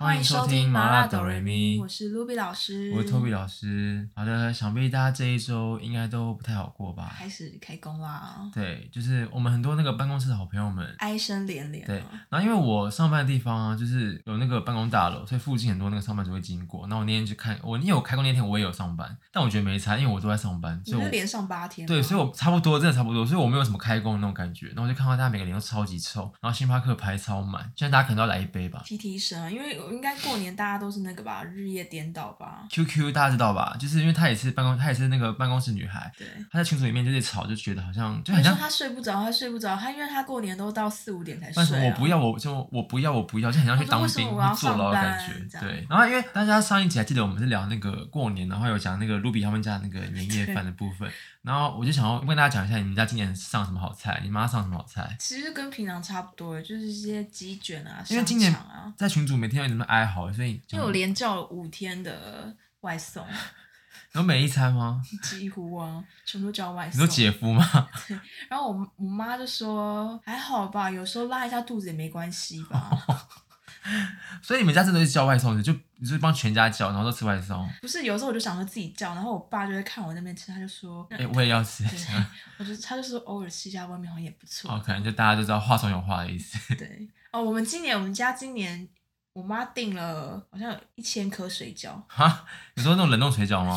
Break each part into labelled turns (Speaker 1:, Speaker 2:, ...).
Speaker 1: 欢迎收听麻辣哆瑞咪
Speaker 2: 我，是 Ruby 老师，
Speaker 1: 我是 Toby 老师。好的，想必大家这一周应该都不太好过吧？
Speaker 2: 开始开工啦，
Speaker 1: 对，就是我们很多那个办公室的好朋友们。
Speaker 2: 哀声连连、
Speaker 1: 对
Speaker 2: 啊。，
Speaker 1: 然后因为我上班的地方啊，就是有那个办公大楼，所以附近很多那个上班族会经过。那我那天去看，我因为我开工那天我也有上班，但我觉得没差，因为我都在上班，
Speaker 2: 你
Speaker 1: 所以我
Speaker 2: 不是连上八天吗，
Speaker 1: 对，所以我差不多，真的差不多，所以我没有什么开工的那种感觉。然后我就看到大家每个脸都超级臭，然后星巴克排超满，现在大家可能都要来一杯吧。
Speaker 2: 提提神啊，因为我应该过年大家都是那个吧，日夜颠倒吧，
Speaker 1: QQ 大家知道吧？就是因为她也是办公，她也是那个办公室女孩，
Speaker 2: 对。
Speaker 1: 她在群组里面就是吵，就觉得好像就
Speaker 2: 他
Speaker 1: 很
Speaker 2: 说
Speaker 1: 像。
Speaker 2: 他睡不着，他睡不着，他因为他过年都到四五点才睡、
Speaker 1: 但
Speaker 2: 啊。
Speaker 1: 是我不要，我就我不要，我不要，就很像去当
Speaker 2: 我说
Speaker 1: 兵
Speaker 2: 为什么我要
Speaker 1: 坐牢的
Speaker 2: 上
Speaker 1: 感
Speaker 2: 班
Speaker 1: 觉。
Speaker 2: 这样
Speaker 1: 对，然后因为大家上一集还记得我们是聊那个过年，然后有讲那个卢比他们家那个年夜饭的部分，然后我就想要跟大家讲一下你们家今年上什么好菜，你妈上什么好菜。
Speaker 2: 其实跟平常差不多，就是一些鸡卷啊、
Speaker 1: 因为今年
Speaker 2: 香肠啊，
Speaker 1: 在群主每天有你们哀嚎，所以
Speaker 2: 因为我连叫了五天的外送，
Speaker 1: 嗯有每一餐吗？
Speaker 2: 几乎啊，全部都叫外
Speaker 1: 你
Speaker 2: 送
Speaker 1: 说。姐夫吗？
Speaker 2: 然后我我妈就说还好吧，有时候拉一下肚子也没关系 吧。
Speaker 1: 所以你们家真的是叫外送的，就你就是帮全家叫，然后都吃外送。
Speaker 2: 不是，有时候我就想说自己叫，然后我爸就会看我那边吃，他 就说，
Speaker 1: 哎、我也要吃。
Speaker 2: 对， 我就他就说偶尔吃一下外面好像也不错。
Speaker 1: 哦，可能就大家都知道话中有话的意思。
Speaker 2: 对，哦，我们今年我们家今年我妈订了好像有一千颗水饺，
Speaker 1: 哈，你说那种冷冻水饺 吗？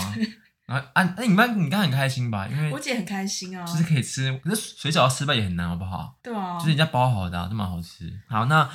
Speaker 1: 啊啊，那、你妈你应该很开心吧？因
Speaker 2: 我
Speaker 1: 为
Speaker 2: 姐很开心啊
Speaker 1: 就。是可以吃，可是水饺要失败也很难，好不好？
Speaker 2: 对啊
Speaker 1: 就是，人家包好的、啊，都蛮好吃。好，那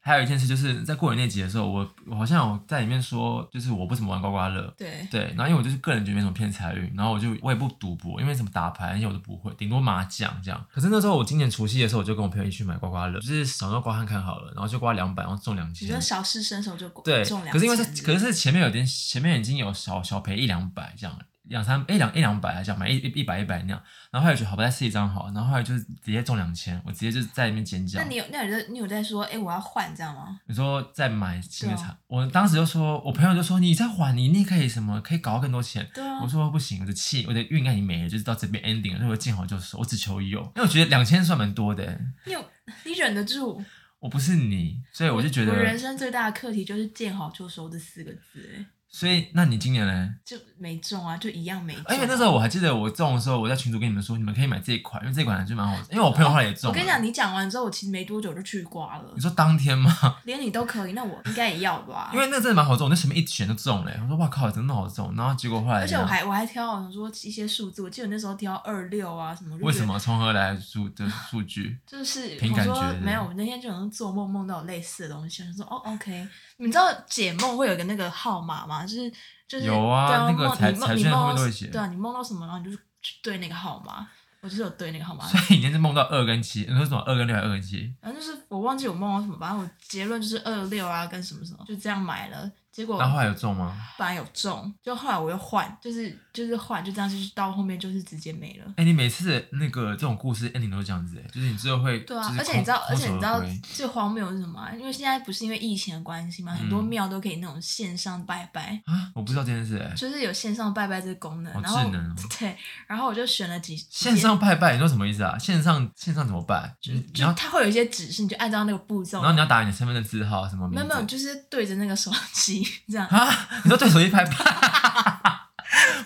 Speaker 1: 还有一件事就是在过年那集的时候，我我好像有在里面说，就是我不怎么玩刮刮乐。
Speaker 2: 对，
Speaker 1: 对，然后因为我就是个人觉得没什么偏财运，然后我就我也不赌博，因为什么打牌那些我都不会，顶多麻将这样。可是那时候我今年除夕的时候，我就跟我朋友一起去买刮刮乐，就是想说刮看看好了，然后就刮两百，然后中两
Speaker 2: 你
Speaker 1: 千
Speaker 2: 说。小试身手就
Speaker 1: 嗯对，
Speaker 2: 中两
Speaker 1: 可是因为
Speaker 2: 千
Speaker 1: 是可是前面有点前面已经有小小赔一两百这样，两三一两一两百啊这样买一一一百一百那样，然后后来觉得好吧再试一张好，然后后来就是直接中两千，我直接就在里面尖叫
Speaker 2: 那。你有那有在你有在说，哎，我要换这样吗？
Speaker 1: 你说再买新的
Speaker 2: 对啊
Speaker 1: 茶，我当时就说，我朋友就说你再缓，你一定可以什么可以搞到更多钱。
Speaker 2: 对啊
Speaker 1: 我，说不行，我的气，我的运应该已经没了，就是到这边 ending 了，所以我见好就 收，我只求有，因为我觉得两千算蛮多的。
Speaker 2: 你有你忍得住？
Speaker 1: 我不是你，所以 我就觉得
Speaker 2: 我，人生最大的课题就是见好就收这四个字，哎，
Speaker 1: 所以那你今年呢？
Speaker 2: 就没中啊，就一样没中啊。
Speaker 1: 而且哎那时候我还记得我中的时候，我在群主跟你们说，你们可以买这一款，因为这一款就蛮好，因为我朋友后来也中、
Speaker 2: 哦我跟你讲，，你讲完之后，我其实没多久就去刮了
Speaker 1: 啊你，说当天吗？
Speaker 2: 连你都可以，那我应该也要吧？
Speaker 1: 因为那真的蛮好中，我就随便一选就中了。我说哇靠，真的好中。然后结果后来，
Speaker 2: 而且我还我还挑，我说一些数字，我记得那时候挑二六啊什么。
Speaker 1: 为什？么从何来数的数 据？
Speaker 2: 就是
Speaker 1: 凭
Speaker 2: 我
Speaker 1: 感
Speaker 2: 说
Speaker 1: 觉
Speaker 2: 没有，我那天就好像做梦梦到有类似的东西，我就说哦，OK，你知道解梦会有一个那个号码吗？就是就是
Speaker 1: 有啊
Speaker 2: 对啊
Speaker 1: 那个
Speaker 2: 梦
Speaker 1: 彩
Speaker 2: 你
Speaker 1: 彩
Speaker 2: 梦你
Speaker 1: 券
Speaker 2: 梦
Speaker 1: 后面
Speaker 2: 到
Speaker 1: 都会写
Speaker 2: 对啊，你梦到什么，然后你就去对那个号码，我就是有对那个号码，
Speaker 1: 所以你今天是梦到二跟七，你说什么二跟六还是二跟七？
Speaker 2: 反正就是我忘记我梦到什么，反正我结论就是二六啊跟什么什么，就这样买了，结果
Speaker 1: 然后后来有中吗？
Speaker 2: 本来有中，就后来我又换，就是就是换，就这样，就是到后面就是直接没了。
Speaker 1: 哎、你每次那个这种故事 ending 都是这样子、哎，就是你最后会
Speaker 2: 对啊
Speaker 1: 就，是
Speaker 2: 而且你知道，
Speaker 1: 空
Speaker 2: 而且你知道
Speaker 1: 空手而归
Speaker 2: 最荒谬的是什么、啊？因为现在不是因为疫情的关系
Speaker 1: 嗯
Speaker 2: 嘛，很多庙都可以那种线上拜拜，
Speaker 1: 啊，我不知道这件事、哎，
Speaker 2: 就是有线上拜拜这个功能。
Speaker 1: 好
Speaker 2: 然后
Speaker 1: 智能哦
Speaker 2: 对，然后我就选了几
Speaker 1: 线，上拜拜，你说什么意思啊？线上线上怎么拜？
Speaker 2: 几
Speaker 1: 你
Speaker 2: 间
Speaker 1: 你
Speaker 2: 就
Speaker 1: 要
Speaker 2: 就它会有一些指示，你就按照那个步骤。
Speaker 1: 然后你要打你的身份证字号啊什么名
Speaker 2: 没
Speaker 1: 字？
Speaker 2: 有没有，就是对着那个手机 这样。
Speaker 1: 啊！你说对手机 拍拍，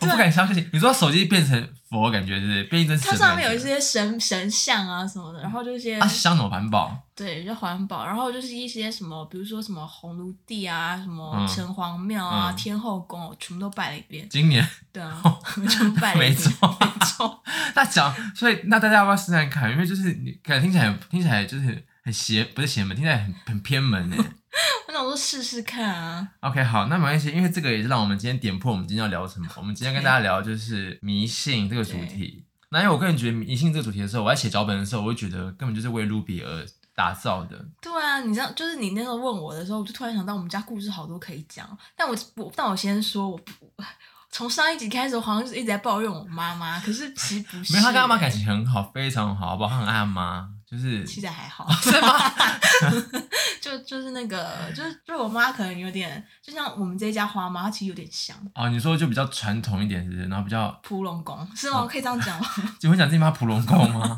Speaker 1: 我不敢相信。你说手机变成佛，感觉是不是变一尊神
Speaker 2: 它
Speaker 1: 的感觉。
Speaker 2: 上面有一些神神像啊什么的，然后就一些
Speaker 1: 啊，香怎么环保？
Speaker 2: 对，就环保，然后就是一些什么，比如说什么红炉地啊，什么
Speaker 1: 嗯
Speaker 2: 城隍庙啊、
Speaker 1: 嗯
Speaker 2: 天后宫，我全部都拜了一遍。
Speaker 1: 今年
Speaker 2: 对啊，全部拜了一
Speaker 1: 没
Speaker 2: 遍
Speaker 1: 中。那讲，所以那大家要不要试试看？因为就是你感觉听起来很听起来就是很邪，不是邪门，听起来很很偏门哎。
Speaker 2: 我想说试试看啊，
Speaker 1: OK，好，那没关系，因为这个也是让我们今天点破我们今天要聊什么。我们今天跟大家聊就是迷信这个主题。那因为我个人觉得迷信这个主题的时候，我在写脚本的时候，我就觉得根本就是为 Ruby 而打造的。
Speaker 2: 对啊，你知道，就是你那时候问我的时候，我就突然想到我们家故事好多可以讲，但我我但我先说，我不从上一集开始，我好像就是一直在抱怨我妈妈，可是其实不是、
Speaker 1: 没有，他跟他妈感，情很好，非常好，好不好？他很爱他妈，就是
Speaker 2: 其实还好，
Speaker 1: 是吗？
Speaker 2: 就就是那个，就是就是我妈可能有点，就像我们这一家花妈，她其实有点像
Speaker 1: 哦，你说就比较传统一点，是不是？然后比较，
Speaker 2: 扑龙宫，是吗？可以这样 讲吗？
Speaker 1: 你会讲自己妈普龙宫 吗？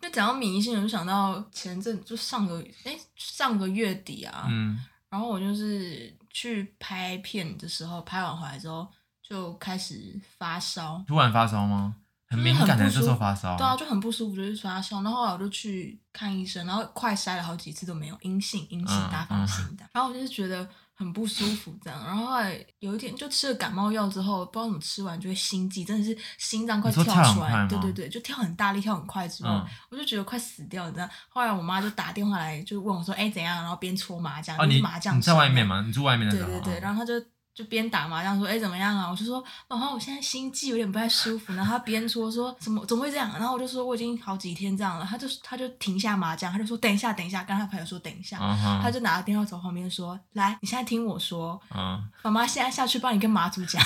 Speaker 2: 就讲到迷信，我就想到前阵就上个哎、上个月底啊，
Speaker 1: 嗯，
Speaker 2: 然后我就是去拍片的时候，拍完回来之后就开始发烧，
Speaker 1: 突然发烧吗？很敏感的这时候发烧，
Speaker 2: 对啊，就很不舒服，就是发烧。然后后来我就去看医生，然后快筛了好几次都没有阴性，阴性
Speaker 1: 嗯
Speaker 2: 大放心的。然后我就是觉得很不舒服这样，然后后来有一点就吃了感冒药之后，不知道怎么吃完就会心悸，真的是心脏快
Speaker 1: 你说跳
Speaker 2: 出
Speaker 1: 很快
Speaker 2: 来，
Speaker 1: 吗
Speaker 2: 对对对，就跳很大力，跳很快之后，
Speaker 1: 嗯，
Speaker 2: 我啊就觉得快死掉了这样。后来我妈就打电话来，就问我说：“哎、怎样？”然后边搓麻将，
Speaker 1: 哦，
Speaker 2: 就
Speaker 1: 你
Speaker 2: 是麻将
Speaker 1: 你在
Speaker 2: 声
Speaker 1: 外面
Speaker 2: 嘛
Speaker 1: 吗？哦你住外面的
Speaker 2: 对
Speaker 1: 时候，
Speaker 2: 对对，
Speaker 1: 后
Speaker 2: 然后他就就边打麻将说：“哎、怎么样啊？”我就说：“老妈，我现在心悸有点不太舒服。”然后他边说说：“怎么怎么会这样？”然后我就说：“我已经好几天这样了。”他就他就停下麻将，他就说：“等一下，等一下。”跟他朋友说：“等一下。
Speaker 1: 嗯哼，
Speaker 2: 他就拿着电话从旁边说：“来，你现在听我说，
Speaker 1: 嗯，
Speaker 2: 妈妈现在下去帮你跟马祖 讲。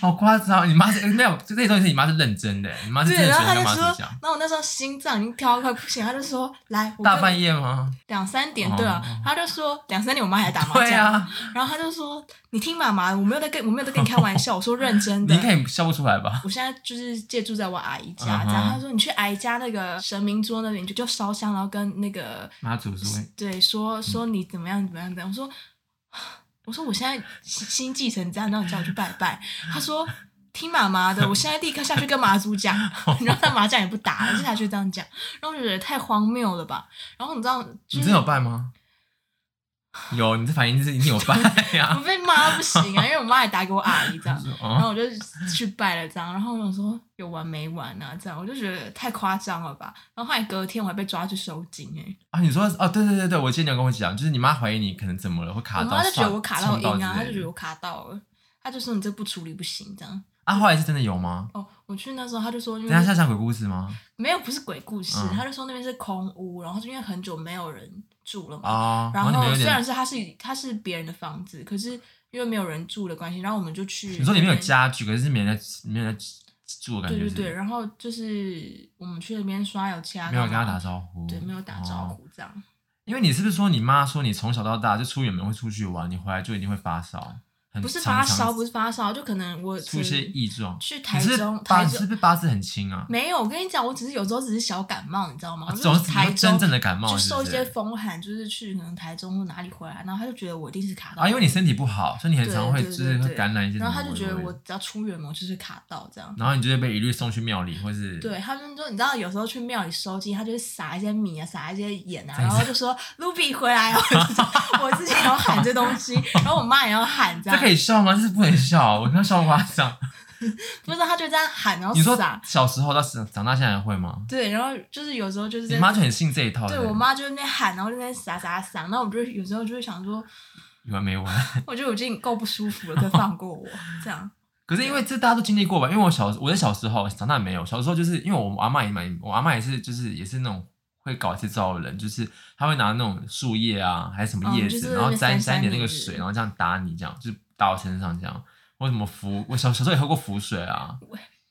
Speaker 1: 好夸张！哦你妈是、没有，就那东西你妈是认真的，你”妈是真
Speaker 2: 对，
Speaker 1: 的
Speaker 2: 然
Speaker 1: 想
Speaker 2: 后他
Speaker 1: 跟
Speaker 2: 就
Speaker 1: 妈
Speaker 2: 说
Speaker 1: 祖讲，，
Speaker 2: 然后我那时候心脏已经跳到快不行，他就说：“来，我
Speaker 1: 大
Speaker 2: 跟
Speaker 1: 半夜吗？
Speaker 2: 两三点，对啊
Speaker 1: 哦，
Speaker 2: 他就说两三点我妈还在打麻
Speaker 1: 对
Speaker 2: 将，
Speaker 1: 啊，
Speaker 2: 然后他就说：“你听妈妈，我没有在跟我没有在跟你开 玩笑，我说认真的。”
Speaker 1: 你应该也笑不出来吧？
Speaker 2: 我现在就是借住在我阿姨
Speaker 1: 嗯
Speaker 2: 家，
Speaker 1: 哼
Speaker 2: 这样。她说你去阿姨家那个神明桌那里，你就就烧香，然后跟那个
Speaker 1: 妈祖是会，
Speaker 2: 对说说你怎么样怎么样怎么样。我说我说我现在心心悸成这样，然后你叫我去拜拜。她说听妈妈的，我现在立刻下去跟麻 祖讲，然后他麻将也不打了，就下去这样讲，然后我就觉得太荒谬了吧。然后你知道，就
Speaker 1: 你
Speaker 2: 是
Speaker 1: 真的有拜吗？有，你这反应是一定有拜呀、
Speaker 2: 我被骂不行 啊，因为我妈也打给我阿姨这样。然
Speaker 1: 哦，
Speaker 2: 后我就去拜了这样，然后我想说有完没完啊，这样我就觉得太夸张了吧。然后后来隔天我还被抓去收金哎、
Speaker 1: 啊，你说哦，对对对对，我记得你有跟我讲，就是你妈怀疑你可能怎么了，会卡
Speaker 2: 我
Speaker 1: 到，
Speaker 2: 妈就觉得我卡到
Speaker 1: 呛
Speaker 2: 音啊，
Speaker 1: 之
Speaker 2: 她
Speaker 1: 类的
Speaker 2: 就觉得我卡到了，她就说你这不处理不行这样。
Speaker 1: 啊，后来是真的有吗？
Speaker 2: 哦，我去那时候她就说因
Speaker 1: 等一下
Speaker 2: 为
Speaker 1: 下讲鬼故事吗？
Speaker 2: 没有不是鬼故事，
Speaker 1: 嗯
Speaker 2: 她就说那边是空屋，然后是因为很久没有人住了嘛，
Speaker 1: 哦，
Speaker 2: 然
Speaker 1: 你们有
Speaker 2: 后虽然
Speaker 1: 点，
Speaker 2: 是它是它是别人的房子，可是因为没有人住的关系，然后我们就去
Speaker 1: 你说里面
Speaker 2: 那
Speaker 1: 有
Speaker 2: 边
Speaker 1: 家具，可是没人在没人在住的感
Speaker 2: 对
Speaker 1: 觉
Speaker 2: 对
Speaker 1: 是，
Speaker 2: 对，然后就是我们去那边刷油漆啊，
Speaker 1: 没有跟
Speaker 2: 干
Speaker 1: 他
Speaker 2: 嘛
Speaker 1: 打招呼，
Speaker 2: 对，没有打招
Speaker 1: 哦
Speaker 2: 呼这样。
Speaker 1: 因为你是不是说你妈说你从小到大就出远门会出去玩，你回来就一定会发烧？很
Speaker 2: 不是
Speaker 1: 常
Speaker 2: 发烧，
Speaker 1: 常
Speaker 2: 不是发烧，就可能我
Speaker 1: 出一些
Speaker 2: 嗯
Speaker 1: 异状。
Speaker 2: 去
Speaker 1: 你
Speaker 2: 台
Speaker 1: 是
Speaker 2: 中，
Speaker 1: 八
Speaker 2: 台
Speaker 1: 你是
Speaker 2: 中
Speaker 1: 不是八字很轻啊？
Speaker 2: 没有。我跟你讲，我只是有时候只是小感冒，你知道吗？我
Speaker 1: 总
Speaker 2: 就是台中
Speaker 1: 真正的感冒
Speaker 2: 就是受
Speaker 1: 不
Speaker 2: 一些
Speaker 1: 是？
Speaker 2: 风寒，就是去可能台中或哪里回来，然后他就觉得我一定是卡到
Speaker 1: 啊，因为你身体不好，所以你很常会
Speaker 2: 对
Speaker 1: 就
Speaker 2: 对
Speaker 1: 是
Speaker 2: 对
Speaker 1: 会
Speaker 2: 对
Speaker 1: 感染一些什么
Speaker 2: 然后
Speaker 1: 微
Speaker 2: 他
Speaker 1: 微。
Speaker 2: 就觉得我只要出远门就是卡到这样。
Speaker 1: 然后你就会被一律送去庙里，或是
Speaker 2: 对他们说，你知道有时候去庙里收金，他就会撒一些米啊，撒一些盐啊，
Speaker 1: 真
Speaker 2: 然
Speaker 1: 的
Speaker 2: 后就说 “Ruby 回来哦”， 我自己要喊这东西，然后我妈也要喊
Speaker 1: 这
Speaker 2: 这样
Speaker 1: 可，以笑吗？这是不能笑，我刚刚笑夸张。
Speaker 2: 不知道他就这样喊，然后
Speaker 1: 你说
Speaker 2: 撒，
Speaker 1: 小时候到长长大现在还会吗？
Speaker 2: 对，然后就是有时候就是
Speaker 1: 你妈就很信这一套，
Speaker 2: 对
Speaker 1: 不
Speaker 2: 我妈就在那边喊，然后就在那边撒撒撒，然后我就有时候就会想说，
Speaker 1: 有完没完？
Speaker 2: 我觉得我已经够不舒服了，可以放过我这样。
Speaker 1: 可是因为这大家都经历过吧？因为我小我在小时候，长大没有。小时候就是因为我阿嬷也蛮，我阿嬷也是就是也是那种会搞一些招的人，就是她会拿那种树叶啊，还是什么叶
Speaker 2: 嗯就
Speaker 1: 子，
Speaker 2: 是那
Speaker 1: 然后
Speaker 2: 边
Speaker 1: 沾
Speaker 2: 扇
Speaker 1: 沾一点那
Speaker 2: 你
Speaker 1: 个
Speaker 2: 是不是
Speaker 1: 水，然后这样打你，这样就是打我身上这样。或什么符，我小小时候也喝过符水啊，。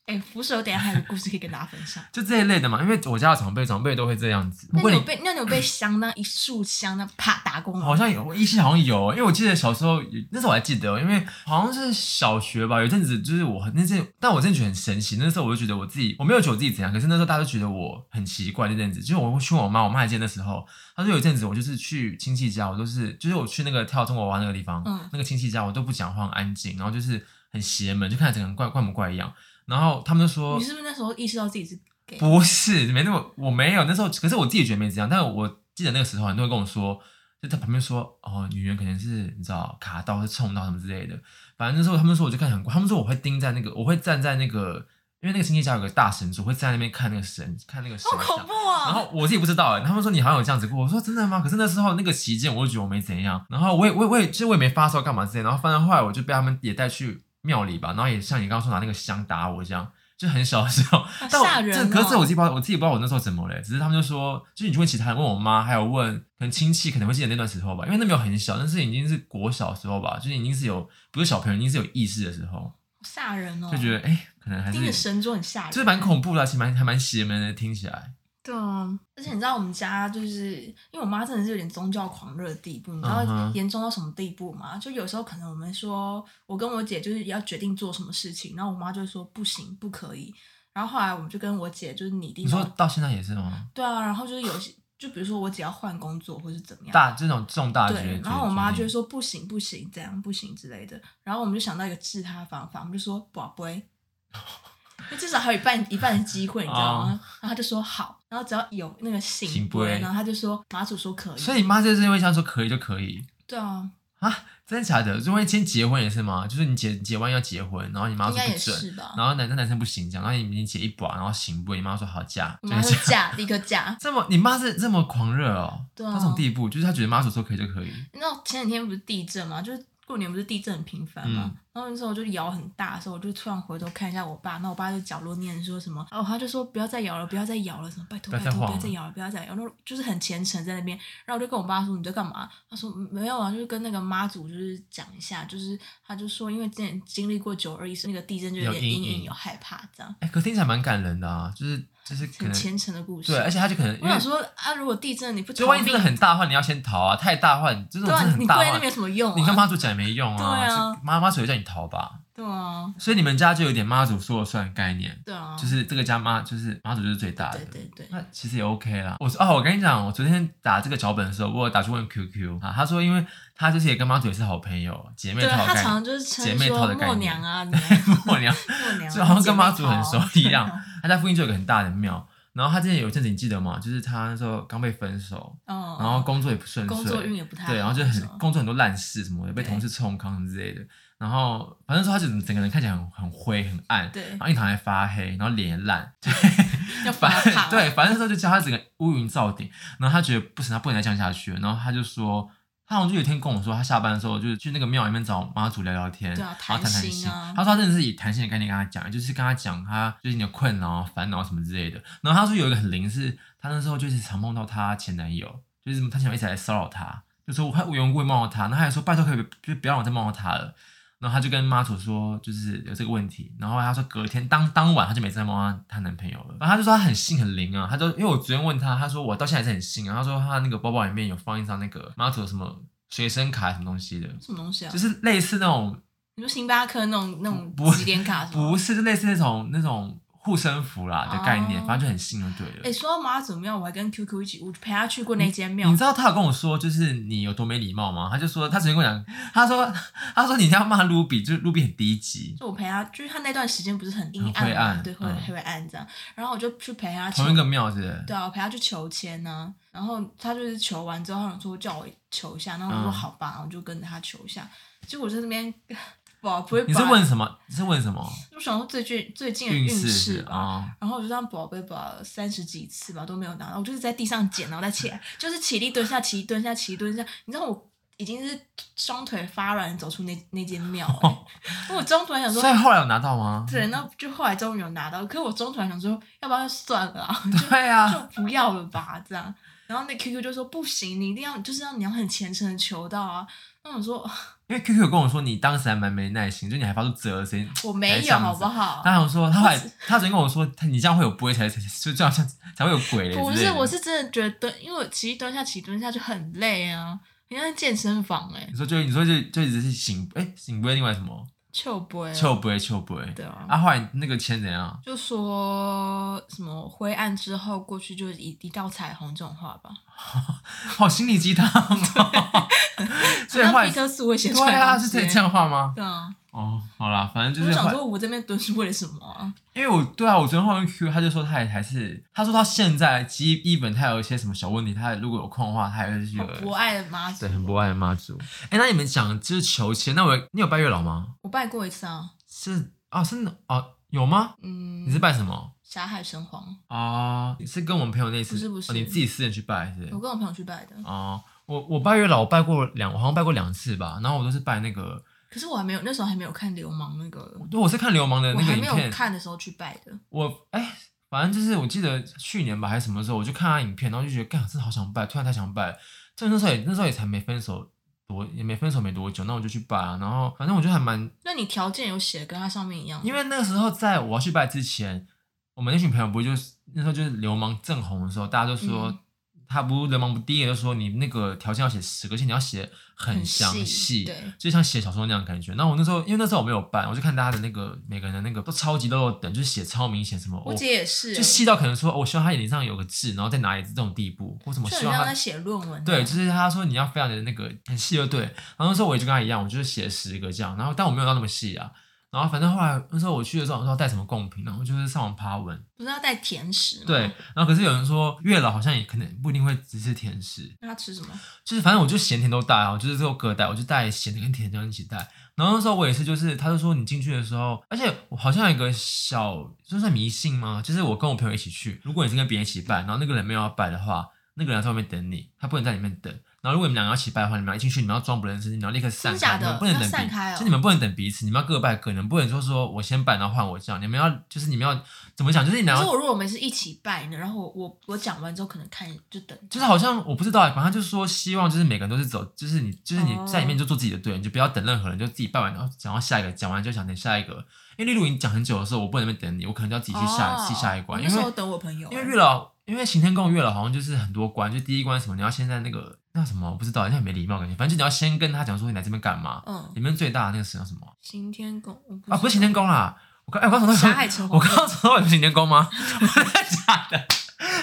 Speaker 2: 哎、扶手，等一下还有个故事可以跟大家分享
Speaker 1: 就这一类的嘛。因为我家的长辈长辈都会这样子。
Speaker 2: 那
Speaker 1: 不过
Speaker 2: 你有
Speaker 1: 你
Speaker 2: 被那你有被香那一束香那啪打过吗？
Speaker 1: 好像有，我依稀好像有，因为我记得小时候有，那时候我还记得，因为好像是小学吧，有一阵子就是我很那阵，但我真的觉得很神奇。那时候我就觉得我自己，我没有觉得我自己怎样，可是那时候大家都觉得我很奇怪。那阵子就是我会去问我妈，我妈还记得那时候，她说有一阵子我就是去亲戚家，我都是就是我去那个跳中国娃娃那个地方，
Speaker 2: 嗯
Speaker 1: 那个亲戚家我都不讲话，很安静，然后就是很邪门，就看起来整个人怪怪模怪一样。然后他们就说
Speaker 2: 你是不是那时候意识到自己是 gay？
Speaker 1: 不是，没那么，我没有。那时候，可是我自己觉得没这样，但我记得那个时候，很多人跟我说，就在旁边说，哦，女人可能是你知道卡到或冲到什么之类的。反正那时候他们说，我就看很，他们说我会盯在那个，我会站在那个，因为那个亲戚家有个大神主，会站在那边看那个神，看那个神
Speaker 2: 好恐
Speaker 1: 像。
Speaker 2: 怖
Speaker 1: 然
Speaker 2: 哦！
Speaker 1: 后我自己不知道哎、他们说你好像有这样子过，我说真的吗？可是那时候那个期间，我就觉得我没怎样，然后我也我也我也就是我也没发烧干嘛之类的，然后反正后来我就被他们也带去庙里吧，然后也像你刚刚说拿那个香打我这样，就很小的时候， 但我
Speaker 2: 吓人
Speaker 1: 这
Speaker 2: 哦
Speaker 1: 可是这我自己不知道，我自己不知道我那时候怎么了，只是他们就说，就是你去问其他人，问我妈，还有问可能亲戚可能会记得那段时候吧，因为那没有很小，但是已经是国小的时候吧，就是已经是有不是小朋友，已经是有意识的时候，
Speaker 2: 好吓人哦！
Speaker 1: 就觉得哎、可能还
Speaker 2: 盯着
Speaker 1: 是
Speaker 2: 神桌很吓人，
Speaker 1: 就是蛮恐怖的啊，其实蛮还蛮邪门的，听起来，
Speaker 2: 对啊，而且你知道我们家就是因为我妈真的是有点宗教狂热的地步，你知道
Speaker 1: 嗯哼
Speaker 2: 严重到什么地步吗就有时候可能我们说，我跟我姐就是要决定做什么事情，然后我妈就会说不行，不可以。然后后来我们就跟我姐就是拟定
Speaker 1: 你
Speaker 2: 了，
Speaker 1: 说到现在也是吗？
Speaker 2: 对啊，然后就是有些就比如说我只要换工作或是怎么样，
Speaker 1: 大这种重大决
Speaker 2: 对，然后我
Speaker 1: 决
Speaker 2: 妈就
Speaker 1: 定
Speaker 2: 会说不行不行，这样不行之类的。然后我们就想到一个治她的方法，我们就说宝贝， 就至少还有一半一半的机会，你知道吗？然后她就说好，然后只要有那个
Speaker 1: 哦醒
Speaker 2: 醒
Speaker 1: 杯
Speaker 2: 杯，然后她就说马祖说可以，
Speaker 1: 所以你妈就是因为想说可以就可以
Speaker 2: 对啊，
Speaker 1: 啊，真的假的？因为先结婚也是吗？就是你结结完要结婚，然后你妈
Speaker 2: 应
Speaker 1: 说
Speaker 2: 该
Speaker 1: 不
Speaker 2: 也
Speaker 1: 准，
Speaker 2: 是吧？
Speaker 1: 然后男生男生不行这样，然后你你姐一把，然后行不？你妈说好嫁，
Speaker 2: 我
Speaker 1: 就
Speaker 2: 妈
Speaker 1: 是
Speaker 2: 说
Speaker 1: 这样。
Speaker 2: 嫁，立刻嫁。
Speaker 1: 这么你妈是这么狂热哦，
Speaker 2: 对啊
Speaker 1: 到这种地步，就是她觉得妈祖说可以就可以，
Speaker 2: 你知道前几天不是地震嘛，就是过年不是地震很频繁嘛，
Speaker 1: 嗯
Speaker 2: 然后那时候我就摇很大的时候，我就突然回头看一下我爸，那我爸在角落念说什么，哦，他就说不要再摇了，不要再摇了，什么拜托
Speaker 1: 不要
Speaker 2: 拜
Speaker 1: 再
Speaker 2: 托不
Speaker 1: 晃
Speaker 2: 要
Speaker 1: 了
Speaker 2: 再摇了，不要再摇了，就是很虔诚在那边。然后我就跟我爸说你在干嘛？他说嗯没有啊，就是跟那个妈祖就是讲一下，就是他就说因为之前经历过九二一那个地震，就
Speaker 1: 有
Speaker 2: 点
Speaker 1: 阴
Speaker 2: 阴
Speaker 1: 影
Speaker 2: 有害怕这样，
Speaker 1: 哎、可听起来蛮感人的啊，就是就是可
Speaker 2: 很
Speaker 1: 能
Speaker 2: 虔诚的故事。
Speaker 1: 对，而且她就可能因
Speaker 2: 我
Speaker 1: 为
Speaker 2: 想说啊，如果地震你不
Speaker 1: 就
Speaker 2: 逃
Speaker 1: 万一
Speaker 2: 命
Speaker 1: 真的，很大的话，你要先逃啊，太大的话，你这种真
Speaker 2: 对啊
Speaker 1: 的，很
Speaker 2: 你跪
Speaker 1: 大
Speaker 2: 在
Speaker 1: 的
Speaker 2: 那
Speaker 1: 话，
Speaker 2: 边有什么用
Speaker 1: 你跟
Speaker 2: 啊？
Speaker 1: 妈祖讲也没用
Speaker 2: 对啊
Speaker 1: 就妈妈祖也叫你逃吧。
Speaker 2: 对啊，
Speaker 1: 所以你们家就有点妈祖说了算的概念，
Speaker 2: 对啊，
Speaker 1: 就是这个家妈就是妈祖就是最大的。
Speaker 2: 对对对。
Speaker 1: 那其实也 OK 啦。我说哦，我跟你讲，我昨天打这个脚本的时候，我有打去问 QQ 啊，他说因为他就是也跟妈祖也是好朋友，姐妹
Speaker 2: 对，
Speaker 1: 套
Speaker 2: 他
Speaker 1: 的
Speaker 2: 常
Speaker 1: 概
Speaker 2: 常就是称
Speaker 1: 姐妹套
Speaker 2: 说
Speaker 1: 的概
Speaker 2: 默
Speaker 1: 念
Speaker 2: 娘啊，
Speaker 1: 念， 默 娘，
Speaker 2: 默娘啊，
Speaker 1: 就好像
Speaker 2: 姐
Speaker 1: 跟
Speaker 2: 妹
Speaker 1: 妈祖
Speaker 2: 套
Speaker 1: 很熟一样
Speaker 2: 对啊。
Speaker 1: 他家附近就有个很大的庙，然后他之前有一阵子你记得吗？就是他那时候刚被分手，
Speaker 2: 嗯，
Speaker 1: 然后工作也不顺遂，
Speaker 2: 工作运也不太好，
Speaker 1: 对，然后就
Speaker 2: 那时
Speaker 1: 很
Speaker 2: 候
Speaker 1: 工作很多烂事什么的，被
Speaker 2: 对
Speaker 1: 同事冲康之类的。然后反正说他就整个人看起来很很灰很暗，
Speaker 2: 对
Speaker 1: 然，后一躺还发黑，然后脸也烂，对，
Speaker 2: 要发 啊
Speaker 1: 反
Speaker 2: 胖，
Speaker 1: 对，反正那时候就叫他整个乌云罩顶。然后他觉得不行，他不能再这样下去了。然后他就说，他好像就有一天跟我说，他下班的时候就是去那个庙里面找妈祖聊聊天，
Speaker 2: 对
Speaker 1: 然
Speaker 2: 啊
Speaker 1: 后谈谈
Speaker 2: 谈心
Speaker 1: 心。
Speaker 2: 啊
Speaker 1: 他说他真的是以谈心的概念跟他讲，就是跟他讲他最近的困扰、烦恼什么之类的。然后他说有一个很灵是，他那时候就是常梦到他前男友，就是他前男友一直来骚扰他，就说我还无缘无故地梦到他，然后他还说拜托可以不就不要让我再梦到他了。然后他就跟妈祖说，就是有这个问题。然后他说隔天当当晚他就没再摸她男朋友了。然后他就说他很信很灵啊，他就因为我昨天问他，他说我到现在还是很信啊。他说他那个包包里面有放一张那个妈祖的什么学生卡什么东西的，
Speaker 2: 什么东西啊
Speaker 1: 就？是类似那种
Speaker 2: 你说星巴克那种那种
Speaker 1: 不
Speaker 2: 几点卡什么？
Speaker 1: 不是就类似那种那种护身符啦的概念，
Speaker 2: 哦
Speaker 1: 反正就很信就对了。
Speaker 2: 哎，说到妈祖庙，我还跟 QQ 一起，我陪他去过那间庙
Speaker 1: 你，知道他有跟我说，就是你有多没礼貌吗？他就说，他昨天跟我讲，他说，他说你要骂 Ruby，就是 Ruby 很低级，
Speaker 2: 就我陪他，就是他那段时间不是很阴
Speaker 1: 很灰
Speaker 2: 嘛
Speaker 1: 暗
Speaker 2: 对，会
Speaker 1: 嗯
Speaker 2: 会暗这样，然后我就去陪他
Speaker 1: 同
Speaker 2: 求
Speaker 1: 一个庙是不是？
Speaker 2: 对啊，我陪他去求签呢、然后他就是求完之后，他想说叫我求一下，然后我说
Speaker 1: 嗯
Speaker 2: 好吧，我就跟着他求一下。结果我在那边，宝贝，
Speaker 1: 你是问什么？你是问什么？
Speaker 2: 就想说最近最近的
Speaker 1: 运
Speaker 2: 运
Speaker 1: 势
Speaker 2: 势吧。
Speaker 1: 啊？
Speaker 2: 然后我就这样宝贝宝了三十几次吧，都没有拿到。我就是在地上捡，然后再起来，就是起立蹲下，起立蹲下，起立蹲下。你知道我已经是双腿发软走出那那间庙、欸， 因为我中途还想说
Speaker 1: 所以后来有拿到吗？
Speaker 2: 对，那就后来终于有拿到，可是我中途还想说，要不要就算 了、啊，就
Speaker 1: 对啊，
Speaker 2: 就不要了吧，这样。然后那 QQ 就说不行，你一定要，就是要你要很虔诚的求到啊。那我说
Speaker 1: 因为 QQ 有跟我说你当时还蛮没耐心，就你还发出啧声。
Speaker 2: 我
Speaker 1: 还
Speaker 2: 没
Speaker 1: 这
Speaker 2: 有，
Speaker 1: 样
Speaker 2: 好
Speaker 1: 子
Speaker 2: 不好？
Speaker 1: 他想说，他后来他昨天跟我说，他你这样会有不会才才就这样像才会有鬼嘞之类的。
Speaker 2: 不是，我是真的觉得蹲，因为我其实蹲下起蹲下就很累啊，你像在健身房哎、欸
Speaker 1: 你，说就你说就就只是醒哎醒不会另外什么
Speaker 2: 就不会啊
Speaker 1: 臭不会臭不会
Speaker 2: 对啊。
Speaker 1: 啊？后来那个签怎样？
Speaker 2: 就说什么灰暗之后过去就一一道彩虹这种话吧，
Speaker 1: 好心理鸡汤哦。 所以后
Speaker 2: 那
Speaker 1: 来
Speaker 2: 皮克斯会写出
Speaker 1: 对
Speaker 2: 来
Speaker 1: 啊，
Speaker 2: 的
Speaker 1: 是
Speaker 2: 东西欸
Speaker 1: 这这样的话吗？
Speaker 2: 对啊，
Speaker 1: 哦，好啦，反正就
Speaker 2: 我就是想
Speaker 1: 后来
Speaker 2: 说我这边蹲是为了什么啊？
Speaker 1: 因为我对啊，我昨天后面 Q，他就说他也还是，他说到现在，基一本他有一些什么小问题，他如果有空的话，他还会去
Speaker 2: 好博爱的妈祖
Speaker 1: 对，，很不爱妈祖。哎、那你们讲就是求签，那我你有拜月老吗？
Speaker 2: 我拜过一次啊，
Speaker 1: 是哦，是那哦，有吗？
Speaker 2: 嗯，
Speaker 1: 你是拜什么？
Speaker 2: 霞海神皇，
Speaker 1: 哦，你是跟我们朋友那次，
Speaker 2: 不是不是
Speaker 1: 哦你自己私人去拜是不是
Speaker 2: 我？跟我朋友去拜的，
Speaker 1: 哦，我我拜月老，我拜过两，我好像拜过两次吧，然后我都是拜那个。
Speaker 2: 可是我还没有，那时候还没有看流氓那个，
Speaker 1: 对，我是看流氓的
Speaker 2: 我
Speaker 1: 那个
Speaker 2: 还
Speaker 1: 影
Speaker 2: 没有
Speaker 1: 片，
Speaker 2: 看的时候去拜的，
Speaker 1: 我哎、反正就是我记得去年吧还是什么时候，我就看他影片，然后就觉得干，真的好想拜，突然太想拜了。就那时候也那时候也才没分手多，也没分手没多久，那我就去拜啊。然后反正我就还蛮，
Speaker 2: 那你条件有写跟它上面一样吗？
Speaker 1: 因为那个时候在我要去拜之前，我们那群朋友不是就是那时候就是流氓正红的时候，大家都说。
Speaker 2: 嗯
Speaker 1: 他他不流氓不第一就说你那个条件要写十个，而且你要写很详
Speaker 2: 很
Speaker 1: 细
Speaker 2: 细对，
Speaker 1: 就像写小说那样的感觉。那我那时候因为那时候我没有办，我就看大家的那个每个人的那个都超级漏漏等，就是写超明显什么，
Speaker 2: 我
Speaker 1: 哦
Speaker 2: 姐也是，
Speaker 1: 就细到可能说、哦我希望他眼睛上有个痣，然后在哪里这种地步，或什么
Speaker 2: 就
Speaker 1: 希
Speaker 2: 很
Speaker 1: 望
Speaker 2: 像
Speaker 1: 他
Speaker 2: 在写论文。啊
Speaker 1: 对，就是他说你要非常的那个很细就对。然后那时候我也就跟他一样，我就是写了十个这样，然后但我没有到那么细啊。然后反正后来那时候我去的时候，我说要带什么贡品，然后就是上网爬文。
Speaker 2: 不是要带甜食吗？
Speaker 1: 对，，然后可是有人说月老好像也可能不一定会只吃甜食，
Speaker 2: 那他吃什么？
Speaker 1: 就是反正我就咸甜都带啊，我就是都各带，我就带咸的跟甜的这样一起带。然后那时候我也是，就是他就说你进去的时候，而且我好像有一个小，就算迷信吗？就是我跟我朋友一起去，如果你是跟别人一起拜，然后那个人没有要拜的话，那个人要在外面等你，他不能在里面等。然后如果你们两个要一起拜的话，你们俩一进去，你们要装不认识，你们要立刻散
Speaker 2: 真
Speaker 1: 开，
Speaker 2: 假的
Speaker 1: 你们不能等
Speaker 2: 要散开
Speaker 1: 彼
Speaker 2: 哦
Speaker 1: 就你们不能等彼此，你们要各拜各，你们不能说说我先拜，然后换我这样，你们要就是你们要怎么讲，就是你们
Speaker 2: 可
Speaker 1: 要
Speaker 2: 是我如果我们是一起拜呢，然后我我我讲完之后可能看就等，
Speaker 1: 就是好像我不知道，欸反正就是说希望就是每个人都是走，就是你就是你
Speaker 2: 哦
Speaker 1: 在里面就做自己的对，你就不要等任何人，就自己拜完然后讲到下一个，讲完就想等下一个。因为例如你讲很久的时候，我不能在那边等你，我可能就要自己去下、
Speaker 2: 哦
Speaker 1: 记下一关，
Speaker 2: 我
Speaker 1: 因
Speaker 2: 那时候
Speaker 1: 为
Speaker 2: 等我朋友，欸
Speaker 1: 因为月老，因为行天宫月老好像就是很多关，就第一关什么你要先在那个那什么我不知道，好像很没礼貌感觉，反正就你要先跟他讲说你来这边干嘛。
Speaker 2: 嗯，
Speaker 1: 里面最大的那个神叫什么
Speaker 2: 刑天宫
Speaker 1: 啊？不是行天宫啦，我刚哎、我刚从那
Speaker 2: 霞海城隍
Speaker 1: 我
Speaker 2: 庙
Speaker 1: 刚刚说到有行天宫吗？ 我在假的，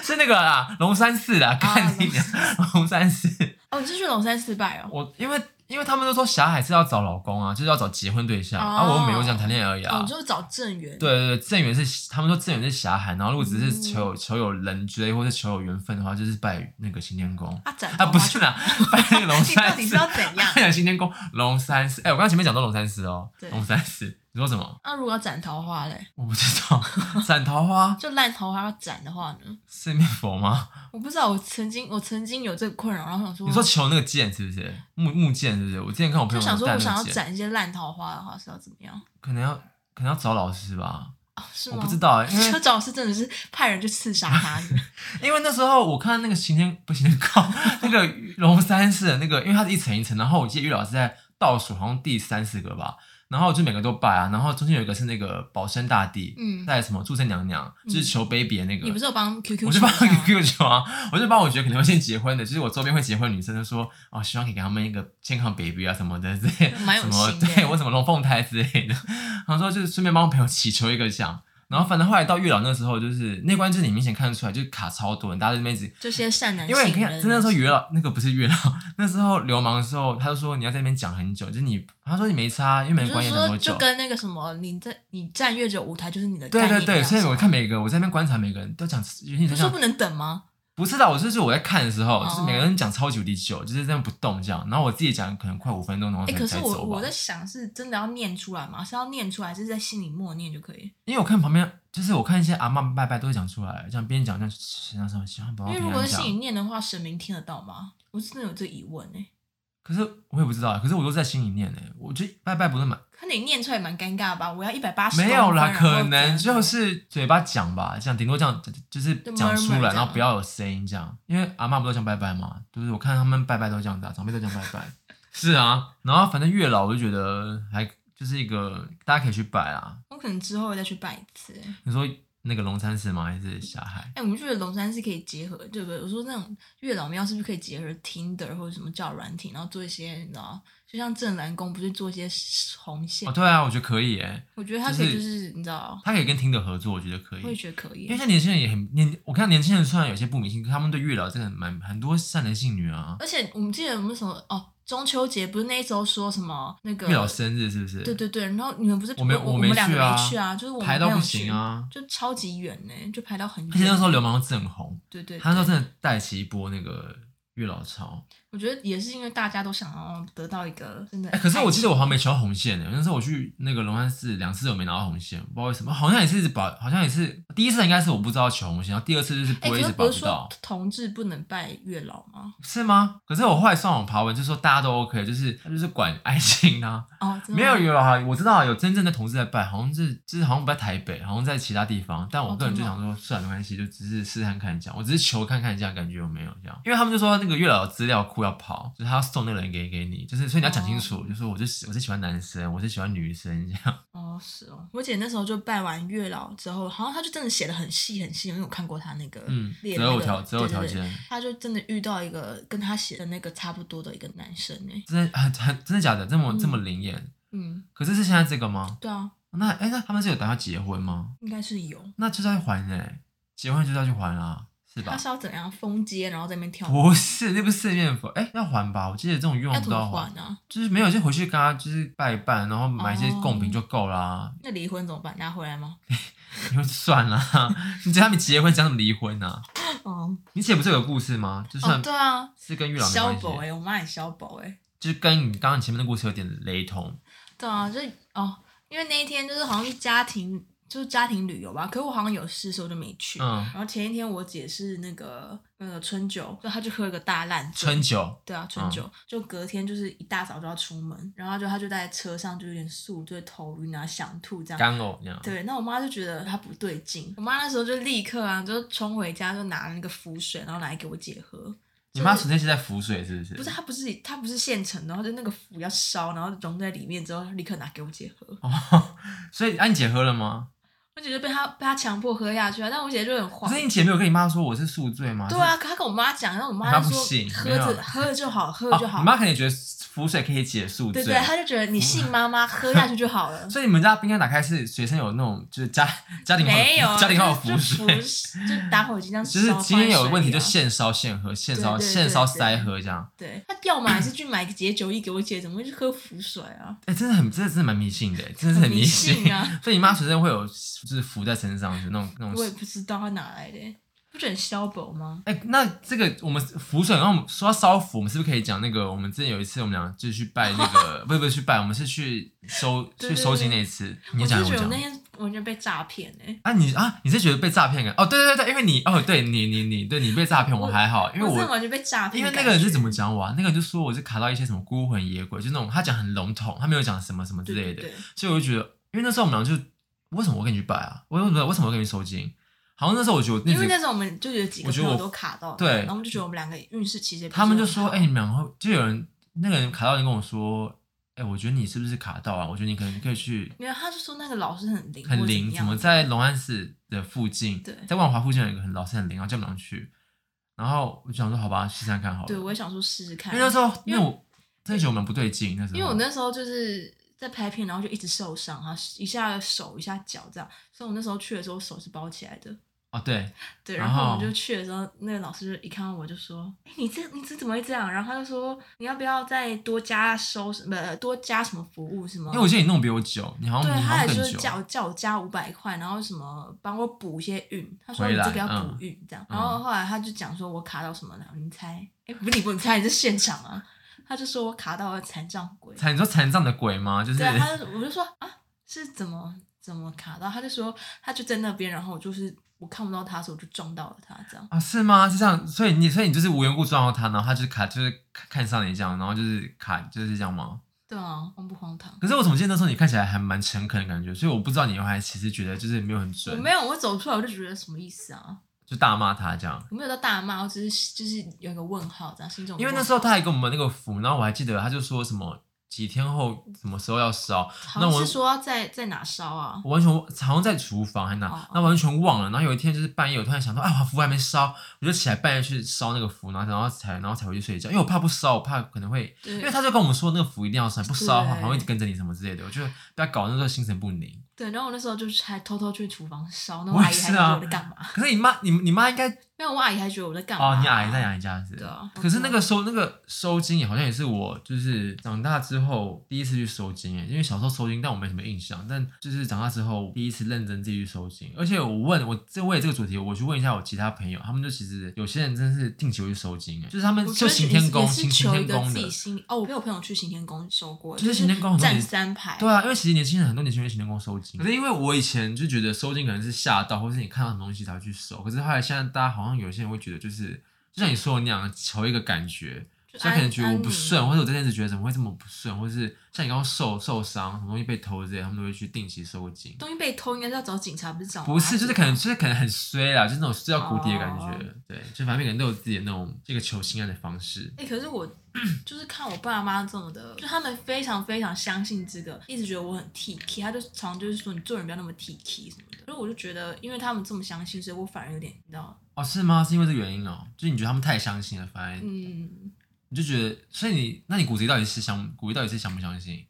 Speaker 1: 是那个啦，龙山寺
Speaker 2: 啊
Speaker 1: 啦，看你娘 龙山寺。
Speaker 2: 哦，你是去龙山寺拜哦，
Speaker 1: 我因为因为他们都说霞海是要找老公啊，就是要找结婚对象，
Speaker 2: 哦
Speaker 1: 啊，我又没有想谈恋爱而已
Speaker 2: 哦，
Speaker 1: 啊
Speaker 2: 你。就是找正缘，
Speaker 1: 对对对，正缘是他们说正缘是霞海，然后如果只
Speaker 2: 嗯
Speaker 1: 是求有求有人追或是求有缘分的话，就是拜那个行天宫
Speaker 2: 啊，展
Speaker 1: 啊，不是 啦，拜那个龙
Speaker 2: 你到
Speaker 1: 山
Speaker 2: 底
Speaker 1: 寺
Speaker 2: 是。要怎样？
Speaker 1: 拜行天宫龙山寺，哎、我刚刚前面讲到龙山寺哦
Speaker 2: 对，
Speaker 1: 龙山寺，你说什么？
Speaker 2: 那如果要斩桃花嘞，
Speaker 1: 我不知 道， 斩桃花
Speaker 2: 就烂桃花要斩的话呢？
Speaker 1: 四面佛吗？
Speaker 2: 我不知道，我曾经我曾经有这个困扰，然后想说，
Speaker 1: 你说求那个剑是不是木木剑是不是？我之前看我朋
Speaker 2: 嗯就
Speaker 1: 友
Speaker 2: 想说
Speaker 1: 带
Speaker 2: 我
Speaker 1: 那
Speaker 2: 想要
Speaker 1: 个剑，
Speaker 2: 斩一些烂桃花的话是要怎么样？
Speaker 1: 可能要可能要找老师吧，
Speaker 2: 哦，是
Speaker 1: 我
Speaker 2: 吗？
Speaker 1: 不知。 道，因
Speaker 2: 邱
Speaker 1: 为
Speaker 2: 老师真的是派人去刺杀 他，
Speaker 1: 因为那时候我看那个刑天不是 刑天告那个龙山寺的那个，因为它是一层一层，然后我记得于老师在倒数好像第三四个吧，然后就每个都拜啊，然后中间有一个是那个保生大帝，
Speaker 2: 嗯
Speaker 1: 再来什么祝生娘娘，就是求 baby 的那个，
Speaker 2: 你不是有帮 QQ
Speaker 1: 我就帮
Speaker 2: 求吗
Speaker 1: QQ 求啊，我就帮我觉得可能会先结婚的，就是我周边会结婚的女生就说，哦，希望可以给他们一个健康 baby 啊什么的，这
Speaker 2: 蛮有
Speaker 1: 什么
Speaker 2: 心的
Speaker 1: 对我什么龙凤胎之类的，然后说就是顺便帮我朋友祈求一个这样。然后反正后来到月老那时候，就是那关就是你明显看得出来，就是卡超多人，大家在那边一直，
Speaker 2: 这些善男
Speaker 1: 因
Speaker 2: 信
Speaker 1: 为
Speaker 2: 人，
Speaker 1: 你看，真的那时候月老那个不是月老，那时候流氓的时候，他就说你要在那边讲很久，就是你他说你没差，因为每个
Speaker 2: 就
Speaker 1: 关
Speaker 2: 是
Speaker 1: 也很多
Speaker 2: 说，
Speaker 1: 久
Speaker 2: 就，跟那个什么，你在你站越久舞台就是你的
Speaker 1: 对
Speaker 2: 概念
Speaker 1: 对
Speaker 2: 一
Speaker 1: 对，
Speaker 2: 样。
Speaker 1: 所以
Speaker 2: 是
Speaker 1: 我
Speaker 2: 吗
Speaker 1: 看每个我在那边观察每个人都讲，有点
Speaker 2: 不是
Speaker 1: 像
Speaker 2: 说不能等吗？
Speaker 1: 不是的，我就是我在看的时候，
Speaker 2: 哦
Speaker 1: 就是每个人讲超级无敌久，就是这样不动这样，然后我自己讲可能快五分钟，然后
Speaker 2: 哎、
Speaker 1: 才
Speaker 2: 可是
Speaker 1: 哦才
Speaker 2: 我
Speaker 1: 走吧
Speaker 2: 我在。想，是真的要念出来吗？是要念出来，就是在心里默念就可以？
Speaker 1: 因为我看旁边，就是我看一些阿嬷拜拜都会讲出来，这样边讲这样这样这样喜欢宝宝
Speaker 2: 因为
Speaker 1: 哦平
Speaker 2: 如果
Speaker 1: 安
Speaker 2: 是
Speaker 1: 这
Speaker 2: 心里
Speaker 1: 样。
Speaker 2: 念的话，神明听得到吗？我真的有这疑问哎、
Speaker 1: 可是我也不知道，可是我都在心里念呢。我觉得拜拜不是蛮
Speaker 2: 可你念出来蛮尴尬啊吧？我要一百八十
Speaker 1: 没有啦，可能就是嘴巴讲吧，这样顶多这样就是讲出来，
Speaker 2: murmur 这样
Speaker 1: 然后不要有声音这样。因为阿嬷不都讲拜拜嘛，就是我看他们拜拜都这样子、啊，长辈都这样拜 拜。是啊，然后反正月老我就觉得还就是一个大家可以去拜啊，
Speaker 2: 我可能之后会再去拜一次哎、
Speaker 1: 你说那个龙山寺吗？还是霞海？
Speaker 2: 哎、我们觉得龙山寺可以结合，对不对？我说那种月老庙是不是可以结合 Tinder 或者什么叫软体，然后做一些你知道，就像正南宫不是做一些红线
Speaker 1: 哦，对啊，我觉得可以诶，
Speaker 2: 我觉得他可以
Speaker 1: 就
Speaker 2: 就是是你知道，
Speaker 1: 他可以跟听的合作，我觉得可以
Speaker 2: 我。也觉得可以
Speaker 1: 因为。像年轻人也很年，我看年轻人虽然有些不迷信，可他们对月老真的蛮很多善男信女啊。
Speaker 2: 而且我们记得我们什么哦，中秋节不是那一周说什么那个
Speaker 1: 月老生日是不是？
Speaker 2: 对对对，然后你们不是
Speaker 1: 我没
Speaker 2: 我
Speaker 1: 我
Speaker 2: 们
Speaker 1: 没
Speaker 2: 两个
Speaker 1: 去啊
Speaker 2: 没去啊，就是我们
Speaker 1: 排到
Speaker 2: 没有
Speaker 1: 不行啊
Speaker 2: 去，就超级远呢、就排到很远。
Speaker 1: 而且那时候流氓正红，
Speaker 2: 对对对，
Speaker 1: 他那时候真的带起一波那个月老潮。
Speaker 2: 我觉得也是因为大家都想要得到一个真的
Speaker 1: 哎、
Speaker 2: 爱情、
Speaker 1: 可是我记得我好像没求到红线呢。那时候我去那个龙山寺两次我没拿到红线，不知道为什么，好像也是一直保，好像也是第一次应该是我不知道求红线，然后第二次就是
Speaker 2: 哎、
Speaker 1: 不
Speaker 2: 可
Speaker 1: 会一直
Speaker 2: 是
Speaker 1: 保
Speaker 2: 不是
Speaker 1: 不到
Speaker 2: 说。同志不能拜月老吗？
Speaker 1: 是吗？可是我后来上网爬文，就说大家都 OK，就是他就是管爱情啊，
Speaker 2: 哦，真的
Speaker 1: 没有
Speaker 2: 吗
Speaker 1: 有啊，我知道有真正的同志在拜，好像是就是好像不在台北，好像在其他地方，但我
Speaker 2: 哦
Speaker 1: 个人就
Speaker 2: 真的
Speaker 1: 想说，算了，没关系，就只是试探看这样，我只是求看看这样感觉有没有这样，因为他们就说那个月老的资料库要跑，就是他 要送那个人给给你，就是所以你要讲清楚，就说我就喜我是喜欢男生，我是喜欢女生这样，
Speaker 2: 哦，是哦，我姐那时候就拜完月老之后，好像她就真的写的很细很细，因为我看过她那个
Speaker 1: 嗯
Speaker 2: 列
Speaker 1: 择
Speaker 2: 那
Speaker 1: 偶
Speaker 2: 个
Speaker 1: 条择偶
Speaker 2: 对对
Speaker 1: 条
Speaker 2: 对
Speaker 1: 件
Speaker 2: 她就真的遇到一个跟她写的那个差不多的一个男生哎、
Speaker 1: 真的很很真的假的？这么、
Speaker 2: 嗯
Speaker 1: 这么灵验？
Speaker 2: 嗯，
Speaker 1: 可是是现在这个吗？
Speaker 2: 对啊，
Speaker 1: 那哎、那他们是有打算结婚吗？
Speaker 2: 应该是有。
Speaker 1: 那就是要去还哎、结婚就是要去还啦、是吧
Speaker 2: 她？是要怎样封街，然后在那边跳 舞，
Speaker 1: 不是，那不是四面佛，哎、要还吧？我记得这种愿
Speaker 2: 要
Speaker 1: 望
Speaker 2: 怎
Speaker 1: 都要
Speaker 2: 么
Speaker 1: 还，
Speaker 2: 还啊？
Speaker 1: 就是没有就回去跟他就是拜一拜，然后买一些
Speaker 2: 哦
Speaker 1: 贡品就够啦，
Speaker 2: 那离婚怎么办？拿回来吗？
Speaker 1: 离婚就算了。 你只要没结婚，讲什么离婚啊？
Speaker 2: 哦，
Speaker 1: 你姐不是有个故事吗？就算
Speaker 2: 哦，对啊，
Speaker 1: 是跟月老没
Speaker 2: 消
Speaker 1: 关系，
Speaker 2: 保哎、我妈也消保哎、
Speaker 1: 就是跟你刚刚前面的故事有点雷同。
Speaker 2: 对啊，就是哦，因为那一天就是好像是家庭，就是家庭旅游吧。可是我好像有事，所以我就没去。
Speaker 1: 嗯，
Speaker 2: 然后前一天我姐是那个那个春酒，就她就喝了个大烂醉。
Speaker 1: 春嗯酒，
Speaker 2: 对啊，春酒、就隔天就是一大早就要出门，然后她就她就在车上就有点宿醉、头晕啊、想吐这样。
Speaker 1: 干呕那样。
Speaker 2: 对，那我妈就觉得她不对劲，我妈那时候就立刻啊，就冲回家就拿了那个符水，然后来给我姐喝。
Speaker 1: 你妈纯粹是在浮水，是不是？
Speaker 2: 不是，她不是她不是现成的，然后就那个符要烧，然后融在里面之后，立刻拿给我姐喝。
Speaker 1: 哦，所以安、你姐喝了吗？
Speaker 2: 我姐就被他被他强迫喝下去啊，但我姐就很
Speaker 1: 可
Speaker 2: 慌
Speaker 1: 是。你姐没有跟你妈说我是宿醉吗？
Speaker 2: 对啊，可她跟我妈讲，然后我
Speaker 1: 她
Speaker 2: 妈就
Speaker 1: 不
Speaker 2: 说
Speaker 1: 信
Speaker 2: 喝
Speaker 1: 没有
Speaker 2: 着喝了就好，喝
Speaker 1: 是，哦
Speaker 2: 了就好。
Speaker 1: 你妈可能也觉得浮水可以解宿
Speaker 2: 对
Speaker 1: 醉。
Speaker 2: 对，她就觉得 你信妈妈，喝下去就好了。
Speaker 1: 所以你们家冰箱打开是学生有那种就是 家家庭号的
Speaker 2: 没有 啊，
Speaker 1: 家庭号
Speaker 2: 就
Speaker 1: 浮
Speaker 2: 就
Speaker 1: 水，
Speaker 2: 浮就打火机这样烧。
Speaker 1: 就是今天有问题就
Speaker 2: 放在水里
Speaker 1: 现
Speaker 2: 啊
Speaker 1: 烧现喝，现烧
Speaker 2: 对对对
Speaker 1: 现烧
Speaker 2: 对
Speaker 1: 塞喝这样。
Speaker 2: 对，她要嘛还是去买个解酒液给我姐，怎么会去喝符水啊？
Speaker 1: 哎、真的很，真的真的蛮迷信的，真的是很迷信。
Speaker 2: 很迷信啊
Speaker 1: 所以你妈随身会有就是浮在身上，就是那种那
Speaker 2: 我也
Speaker 1: 种。
Speaker 2: 不知道她哪来的，不准消薄吗？
Speaker 1: 哎、那这个我们浮水，然后我们说到烧符，我们是不是可以讲那个？我们之前有一次，我们俩就去拜那 个，不是不是去拜，我们是去收
Speaker 2: 对
Speaker 1: 去
Speaker 2: 对
Speaker 1: 收金
Speaker 2: 对
Speaker 1: 那一次。你
Speaker 2: 我
Speaker 1: 也讲
Speaker 2: 就
Speaker 1: 还是
Speaker 2: 觉
Speaker 1: 我
Speaker 2: 得
Speaker 1: 讲
Speaker 2: 我那？天完全被诈骗哎，
Speaker 1: 啊你啊你是觉得被诈骗感？哦对对对，因为你哦对你你你对你被诈骗，我还好，因为
Speaker 2: 我真
Speaker 1: 我
Speaker 2: 的完全被诈骗
Speaker 1: 因为
Speaker 2: 的
Speaker 1: 那
Speaker 2: 感
Speaker 1: 个
Speaker 2: 觉。
Speaker 1: 人是怎么讲我啊？那个人就说我是卡到一些什么孤魂野鬼，就那种他讲很笼统，他没有讲什么什么之
Speaker 2: 对
Speaker 1: 类
Speaker 2: 对
Speaker 1: 的，
Speaker 2: 对，
Speaker 1: 所以我就觉得，因为那时候我们俩就为什么我跟你去拜啊？我为什么为什么我跟你收金？好像那时候我觉得那
Speaker 2: 因
Speaker 1: 时
Speaker 2: 为那
Speaker 1: 候
Speaker 2: 时候我们就有几
Speaker 1: 我
Speaker 2: 个
Speaker 1: 觉
Speaker 2: 朋
Speaker 1: 得我
Speaker 2: 友都卡到，
Speaker 1: 对
Speaker 2: 然后我们就觉得我们两个运势其实也不是
Speaker 1: 他们就
Speaker 2: 很
Speaker 1: 说，
Speaker 2: 好
Speaker 1: 哎、你们两个就有人那个人卡到你跟我说，哎、我觉得你是不是卡到啊？我觉得你可能可以去
Speaker 2: 没有，他就说那个老师很灵，
Speaker 1: 很灵，
Speaker 2: 怎
Speaker 1: 怎么在龙安寺的附近
Speaker 2: 对，
Speaker 1: 在万华附近有一个很老是很灵，然后啊叫我们俩去，然后我就想说好吧，试试看好了。
Speaker 2: 对，我也想说试试看，
Speaker 1: 因为那时候，因
Speaker 2: 因
Speaker 1: 为
Speaker 2: 为
Speaker 1: 我真的觉得我们不对劲，那时候，
Speaker 2: 因为我那时候就是在拍片，然后就一直受伤啊，一下手一下脚这样，所以我那时候去的时候手是包起来的。
Speaker 1: 哦对，
Speaker 2: 对，
Speaker 1: 然
Speaker 2: 然后我们
Speaker 1: 后
Speaker 2: 就去的时候，那个老师就一看到我就说：“哎，你这你这怎么会这样？”然后他就说：“你要不要再多加收什么，呃多加什么服务什么？”
Speaker 1: 因为我记得你弄得比我久，你好像
Speaker 2: 对，
Speaker 1: 你
Speaker 2: 他
Speaker 1: 好像
Speaker 2: 还
Speaker 1: 更
Speaker 2: 就是
Speaker 1: 久，
Speaker 2: 叫我叫我加五百块，然后什么帮我补一些运，他说
Speaker 1: 回
Speaker 2: 你
Speaker 1: 来
Speaker 2: 这个要
Speaker 1: 嗯
Speaker 2: 补运、这样，然后后来他就讲说我卡到什么了，你猜？哎，不是你不能猜，你是现场啊。他就说我卡到了残障鬼，
Speaker 1: 残你说残障的鬼吗？就是
Speaker 2: 对啊，他就我就说啊是怎么怎么卡到？他就说他就在那边，然后我就是我看不到他的时候我就撞到了他这样。
Speaker 1: 啊是吗？是这样，所以你所以你就是无缘故撞到他，然后他就是卡就是看上你这样，然后就是卡就是这样吗？
Speaker 2: 对啊，荒不荒唐？
Speaker 1: 可是我怎么记得那时候你看起来还蛮诚恳的感觉，所以我不知道你后来其实觉得就是没有很
Speaker 2: 我
Speaker 1: 准，
Speaker 2: 没有，我走出来我就觉得什么意思啊？
Speaker 1: 就大骂他这样。
Speaker 2: 我没有到大骂，我只是就是有一个问号这样，心中有
Speaker 1: 因为那
Speaker 2: 问
Speaker 1: 时候他还给我们那个符，然后我还记得他就说什么几天后什么时候要烧，
Speaker 2: 好
Speaker 1: 那
Speaker 2: 像
Speaker 1: 我
Speaker 2: 是说要在在哪烧啊？
Speaker 1: 我完全好像在厨房还哪
Speaker 2: 哦，
Speaker 1: 那完全忘了。然后有一天就是半夜，我突然想到，啊，符还没烧，我就起来半夜去烧那个符，然后然后才然后才回去睡觉，因为我怕不烧，我怕可能会，
Speaker 2: 对，
Speaker 1: 因为他就跟我们说那个符一定要烧，不烧的话
Speaker 2: 对
Speaker 1: 好像会跟着你什么之类的，我就不要搞那时候心神不宁。
Speaker 2: 对，然后我那时候就是还偷偷去厨房烧，那
Speaker 1: 我
Speaker 2: 我阿
Speaker 1: 也
Speaker 2: 姨
Speaker 1: 是
Speaker 2: 还觉得
Speaker 1: 啊
Speaker 2: 我在干嘛？
Speaker 1: 可是你妈你你妈应该
Speaker 2: 没有，我阿姨还觉得我在干嘛、
Speaker 1: 哦，你阿姨在阿姨家是
Speaker 2: 对啊
Speaker 1: 可是那个收那个收金也好像也是我就是长大之后第一次去收金耶，因为小时候收金，但我没什么印象，但就是长大之后第一次认真自己去收金。而且我问我这为了这个主题，我去问一下我其他朋友，他们就其实有些人真是定期会去收金耶，就是他们
Speaker 2: 我觉
Speaker 1: 就
Speaker 2: 得
Speaker 1: 行
Speaker 2: 也是
Speaker 1: 天宫，
Speaker 2: 也是
Speaker 1: 行行
Speaker 2: 求一
Speaker 1: 天
Speaker 2: 个
Speaker 1: 宫
Speaker 2: 自
Speaker 1: 的
Speaker 2: 己。心哦，我陪我朋友去行天宫收过，
Speaker 1: 就是
Speaker 2: 就
Speaker 1: 行天宫很多
Speaker 2: 站
Speaker 1: 年
Speaker 2: 三排，
Speaker 1: 对啊，因为其实年轻人很多年轻人会行天宫收金，
Speaker 2: 嗯
Speaker 1: 可是因为我以前就觉得收金可能是吓到，或是你看到什么东西才会去收，可是后来现在大家好像有些人会觉得就是就像你说的那样，求一个感觉，
Speaker 2: 就
Speaker 1: 所以可能觉得我不
Speaker 2: 安
Speaker 1: 顺，或者我这阵子觉得怎么会这么不顺，或是像你刚刚受受伤，什么东西被偷这些，他们都会去定期收紧
Speaker 2: 宁。东西被偷，应该是要找警察，不是找
Speaker 1: 不是，就是可
Speaker 2: 能
Speaker 1: 能就是可能很衰啦，就是那种衰到谷底的感觉。
Speaker 2: 哦
Speaker 1: 对，就反正每个人都有自己的那种这个求心安的方式。
Speaker 2: 哎、可 是我就是看我爸妈这么的，就他们非常非常相信这个，一直觉得我很 T K，他就常就是说你做人不要那么 T K 什么的。所以我就觉得，因为他们这么相信，所以我反而有点，你知道，
Speaker 1: 哦，是吗？是因为这个原因哦，就是你觉得他们太相信了，反正
Speaker 2: 嗯，
Speaker 1: 你就觉得，所以你那你骨子里到底是相，骨子里到底是相不相信？